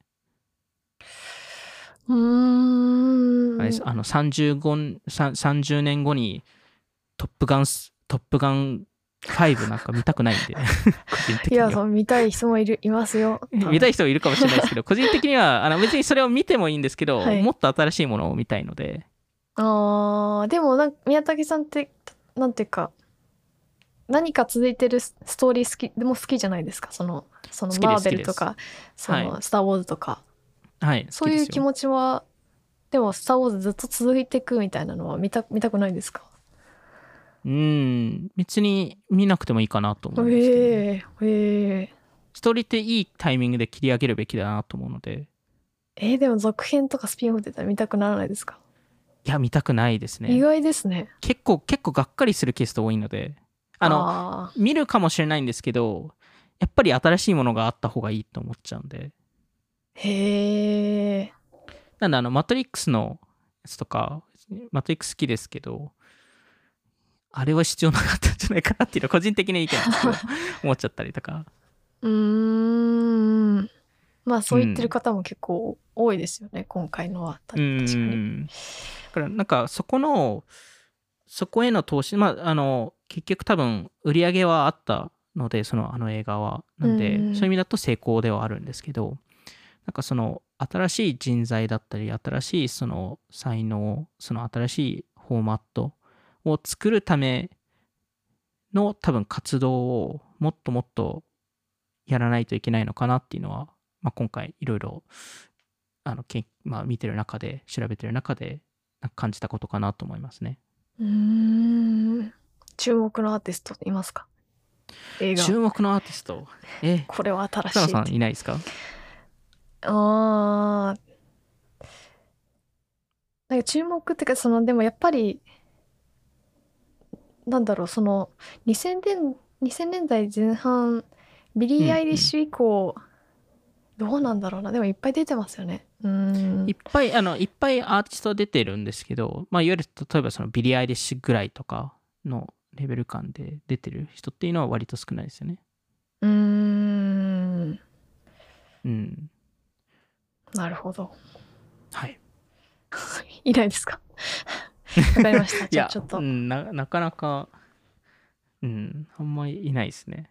Speaker 1: うーん
Speaker 2: あれですあの 35, さん30年後にトップガンス「トップガン5」なんか見たくないん で個人的
Speaker 1: い
Speaker 2: には
Speaker 1: やそう見たい人もいるいますよ
Speaker 2: 見たい人いるかもしれないです けど個人的にはあの別にそれを見てもいいんですけど、
Speaker 1: はい
Speaker 2: もっと新しいものを見たいので
Speaker 1: あーでもなんか宮武さんってなんていうか何か続いてるスストーリー好きでも好きじゃないですかそのその
Speaker 2: 好きです
Speaker 1: マーベルとかその、
Speaker 2: は
Speaker 1: スター・ウォーズとか
Speaker 2: はい
Speaker 1: そういう気
Speaker 2: ち
Speaker 1: 持ちはでも「スター・ウォーズ」ずっと続いていくみたいなのは見た見たくないですか
Speaker 2: うん別に見なくてもいいかなと思うんですけど、
Speaker 1: ええええ
Speaker 2: ストーリーっていいタイミングで切り上げるべきだなと思うので
Speaker 1: えーでも続編とかスピンオフ出たら見たくならないですか、
Speaker 2: いや見たくないです
Speaker 1: 意
Speaker 2: ね
Speaker 1: 外ですね
Speaker 2: 結構結構がっかりするケースが多いのであの
Speaker 1: の
Speaker 2: 見るかもしれないんですけどやっぱり新しいものがあった方がいいと思っちゃうんで
Speaker 1: へえ
Speaker 2: なんであの、マトリックスのやつとか、マトリックス好きですけど、あれは必要なかったんじゃないかなっていうのは個人的な意見ですけど、思っちゃったり とか。
Speaker 1: うーんまあそう言ってる方も結構多いですよね、今回のはた
Speaker 2: う
Speaker 1: 確かに
Speaker 2: ん。だから、なんかそこの、そこへの投資、まあ、あの、結局多分、売り上げはあったので、その、あの映画は。なんで、
Speaker 1: うんうん
Speaker 2: そういう意味だと成功ではあるんですけど、なんかその、新しい人材だったり、新しいその才能、その新しいフォーマットを作るための多分活動をもっともっとやらないといけないのかなっていうのは、まあ、今回いろいろあの、けんまあ、見てる中で調べてる中でなんか感じたことかなと思いますね。
Speaker 1: うーん注目のアーティストいますか映画
Speaker 2: 注目のアーティスト。え、
Speaker 1: これは新し
Speaker 2: 草野
Speaker 1: い
Speaker 2: さんいないですか
Speaker 1: あーなんか注目っていうかそのでもやっぱりなんだろうその2000年2000年代前半ビリ
Speaker 2: うんう
Speaker 1: ー・
Speaker 2: ん
Speaker 1: アイリッシュ以降、どうなんだろうなでもいっぱい出てますよねうーん
Speaker 2: いっぱい、あの、いっぱいアーティスト出てるんですけど、まあ、いわゆる、例えばそのビリー・アイリッシュぐらいとかのレベル感で出てる人っていうのは割と少ないですよね。
Speaker 1: うーん
Speaker 2: うん。
Speaker 1: なるほど
Speaker 2: はい。
Speaker 1: いないですか わかりました
Speaker 2: い
Speaker 1: じゃ
Speaker 2: や
Speaker 1: あちょっと
Speaker 2: うん、ななかなか、うん、あんまりいないですね。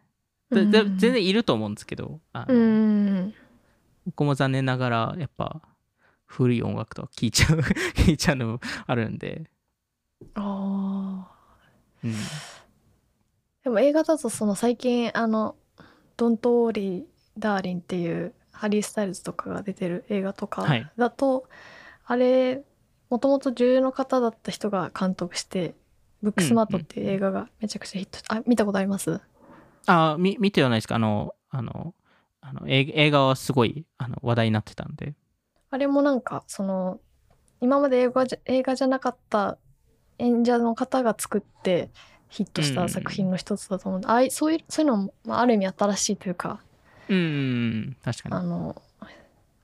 Speaker 2: でで
Speaker 1: うん
Speaker 2: 全然いると思うんですけど、あ
Speaker 1: う
Speaker 2: の
Speaker 1: ーん
Speaker 2: 僕も残念ながら、やっぱ、古い音楽とか聴いちゃう、 聴いちゃうのもあるんで、
Speaker 1: ああ
Speaker 2: うん。
Speaker 1: でも映画だとその最近あの「ドント・オーリー・ダーリン」っていうハリー・スタイルズとかが出てる映画とか
Speaker 2: はい
Speaker 1: だと、あれもともと女優の方だった人が監督して「ブックスマート」っていう映画がめちゃくちゃヒットし、あ見たことあります
Speaker 2: あ、み見てはないですかあの、あの、あの映映画はすごいあの話題になってたんで。
Speaker 1: あれもなんかその今まで映画じゃ映画じゃなかった演者の方が作ってヒットし
Speaker 2: うんうんう
Speaker 1: た
Speaker 2: ん
Speaker 1: 作品の一つだと思うんで、ああいそういうそういうのも、まあ、ある意味新しいというか
Speaker 2: うん、確か
Speaker 1: あ
Speaker 2: に。
Speaker 1: の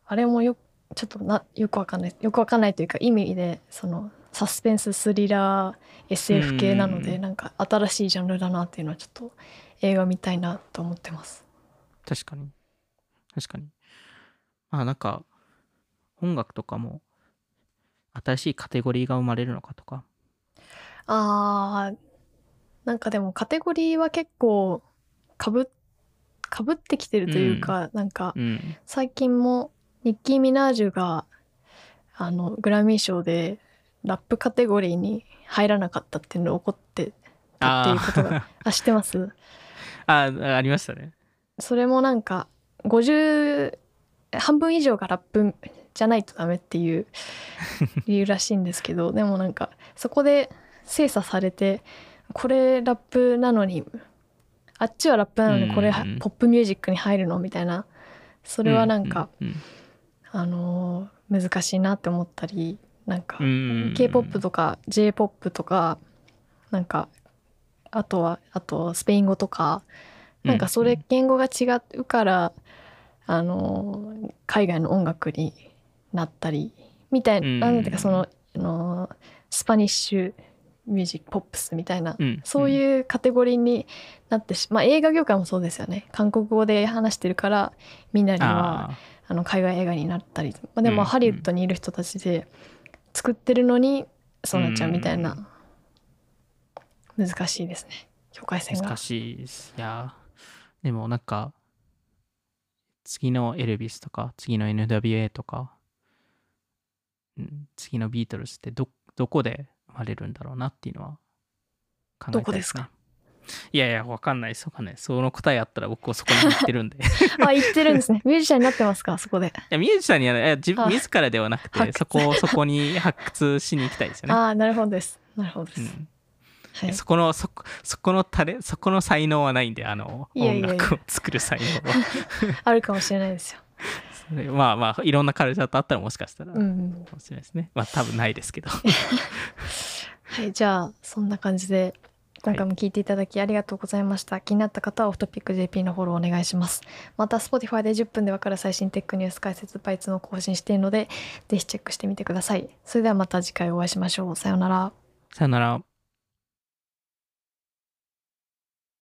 Speaker 1: あれもよちょっとなよくわかんないよくわかんないというか意味でそのサスペンススリラー SF 系なので、
Speaker 2: うん
Speaker 1: なんか新しいジャンルだなっていうのはちょっと映画見たいなと思ってます。
Speaker 2: 確かに。確かに。まあなんか、音楽とかも、新しいカテゴリーが生まれるのかとか。
Speaker 1: あーなんかでもカテゴリーは結構かぶかぶってきてるというか、なんか
Speaker 2: うん。
Speaker 1: 最近もニッキー・ミナージュがあのグラミー賞でラップカテゴリーに入らなかったっていうのを怒ってたっていうことが
Speaker 2: あ
Speaker 1: あ知ってます
Speaker 2: ーあ、ありましたね。
Speaker 1: それもなんか50半分以上がラップじゃないとダメって いう理由らしいんですけどでもなんかそこで精査されてこれラップなのにあっちはラップなのにこれ
Speaker 2: うんうんうん
Speaker 1: ポップミュージックに入るのみたいなそ
Speaker 2: そ
Speaker 1: れはなんか、、
Speaker 2: うん
Speaker 1: あのー難しいなって思ったりなんか
Speaker 2: うん
Speaker 1: K-POP とか J-POP とかなんかあとはあとスペイン語とかなんかそれ、言語が違うから、あのー海外の音楽になったりみたい
Speaker 2: うん
Speaker 1: ななんていうかその、あのースパニッシュミュージックポップスみたいな、
Speaker 2: うんうん
Speaker 1: そういうカテゴリーになってしまあ映画業界もそうですよね韓国語で話してるからみんなには
Speaker 2: あ
Speaker 1: あの海外映画になったり、まあ、で
Speaker 2: うんう
Speaker 1: も
Speaker 2: ん
Speaker 1: ハリウッドにいる人たちで作ってるのにそうなっちゃうみたいな難しいですね境界線
Speaker 2: ー難
Speaker 1: が。
Speaker 2: しいです。いやー、でもなんか、次のエルビスとか、次の NWA とか、うん、次のビートルズってど、どこで生まれるんだろうなっていうのは考えたい
Speaker 1: どこですか
Speaker 2: ねいやいや、わかんないです。わかんない。その答えあったら僕はそこに行ってるんで。い
Speaker 1: あ言ってるんですねミュージシャンになってますかそこで。
Speaker 2: や、ミュージシャンにはね、いや自
Speaker 1: あ
Speaker 2: 分自らではなく
Speaker 1: 発
Speaker 2: て、
Speaker 1: 掘
Speaker 2: そこを、そこに発掘しに行きたいですよね。
Speaker 1: ああなるほどです。なるほどで
Speaker 2: う
Speaker 1: す。
Speaker 2: ん
Speaker 1: はい、
Speaker 2: そこのそこそこのタレそこの才能はないんであの
Speaker 1: いやいやいや
Speaker 2: 音楽を作る才能は
Speaker 1: あるかもしれないですよ。
Speaker 2: それまあまあいろんなカルチャーとあったらもしかしたら、
Speaker 1: う
Speaker 2: か
Speaker 1: ん、
Speaker 2: もしれないですねまあ多分ないですけど
Speaker 1: はいじゃあそんな感じで今回も聞いていただきありがとうございました、気になった方はオフトピック JP のフォローお願いしますまた Spotify で10分でわかる最新テックニュース解説バイツの更新しているのでぜひチェックしてみてくださいそれではまた次回お会いしましょうさようなら
Speaker 2: さよなら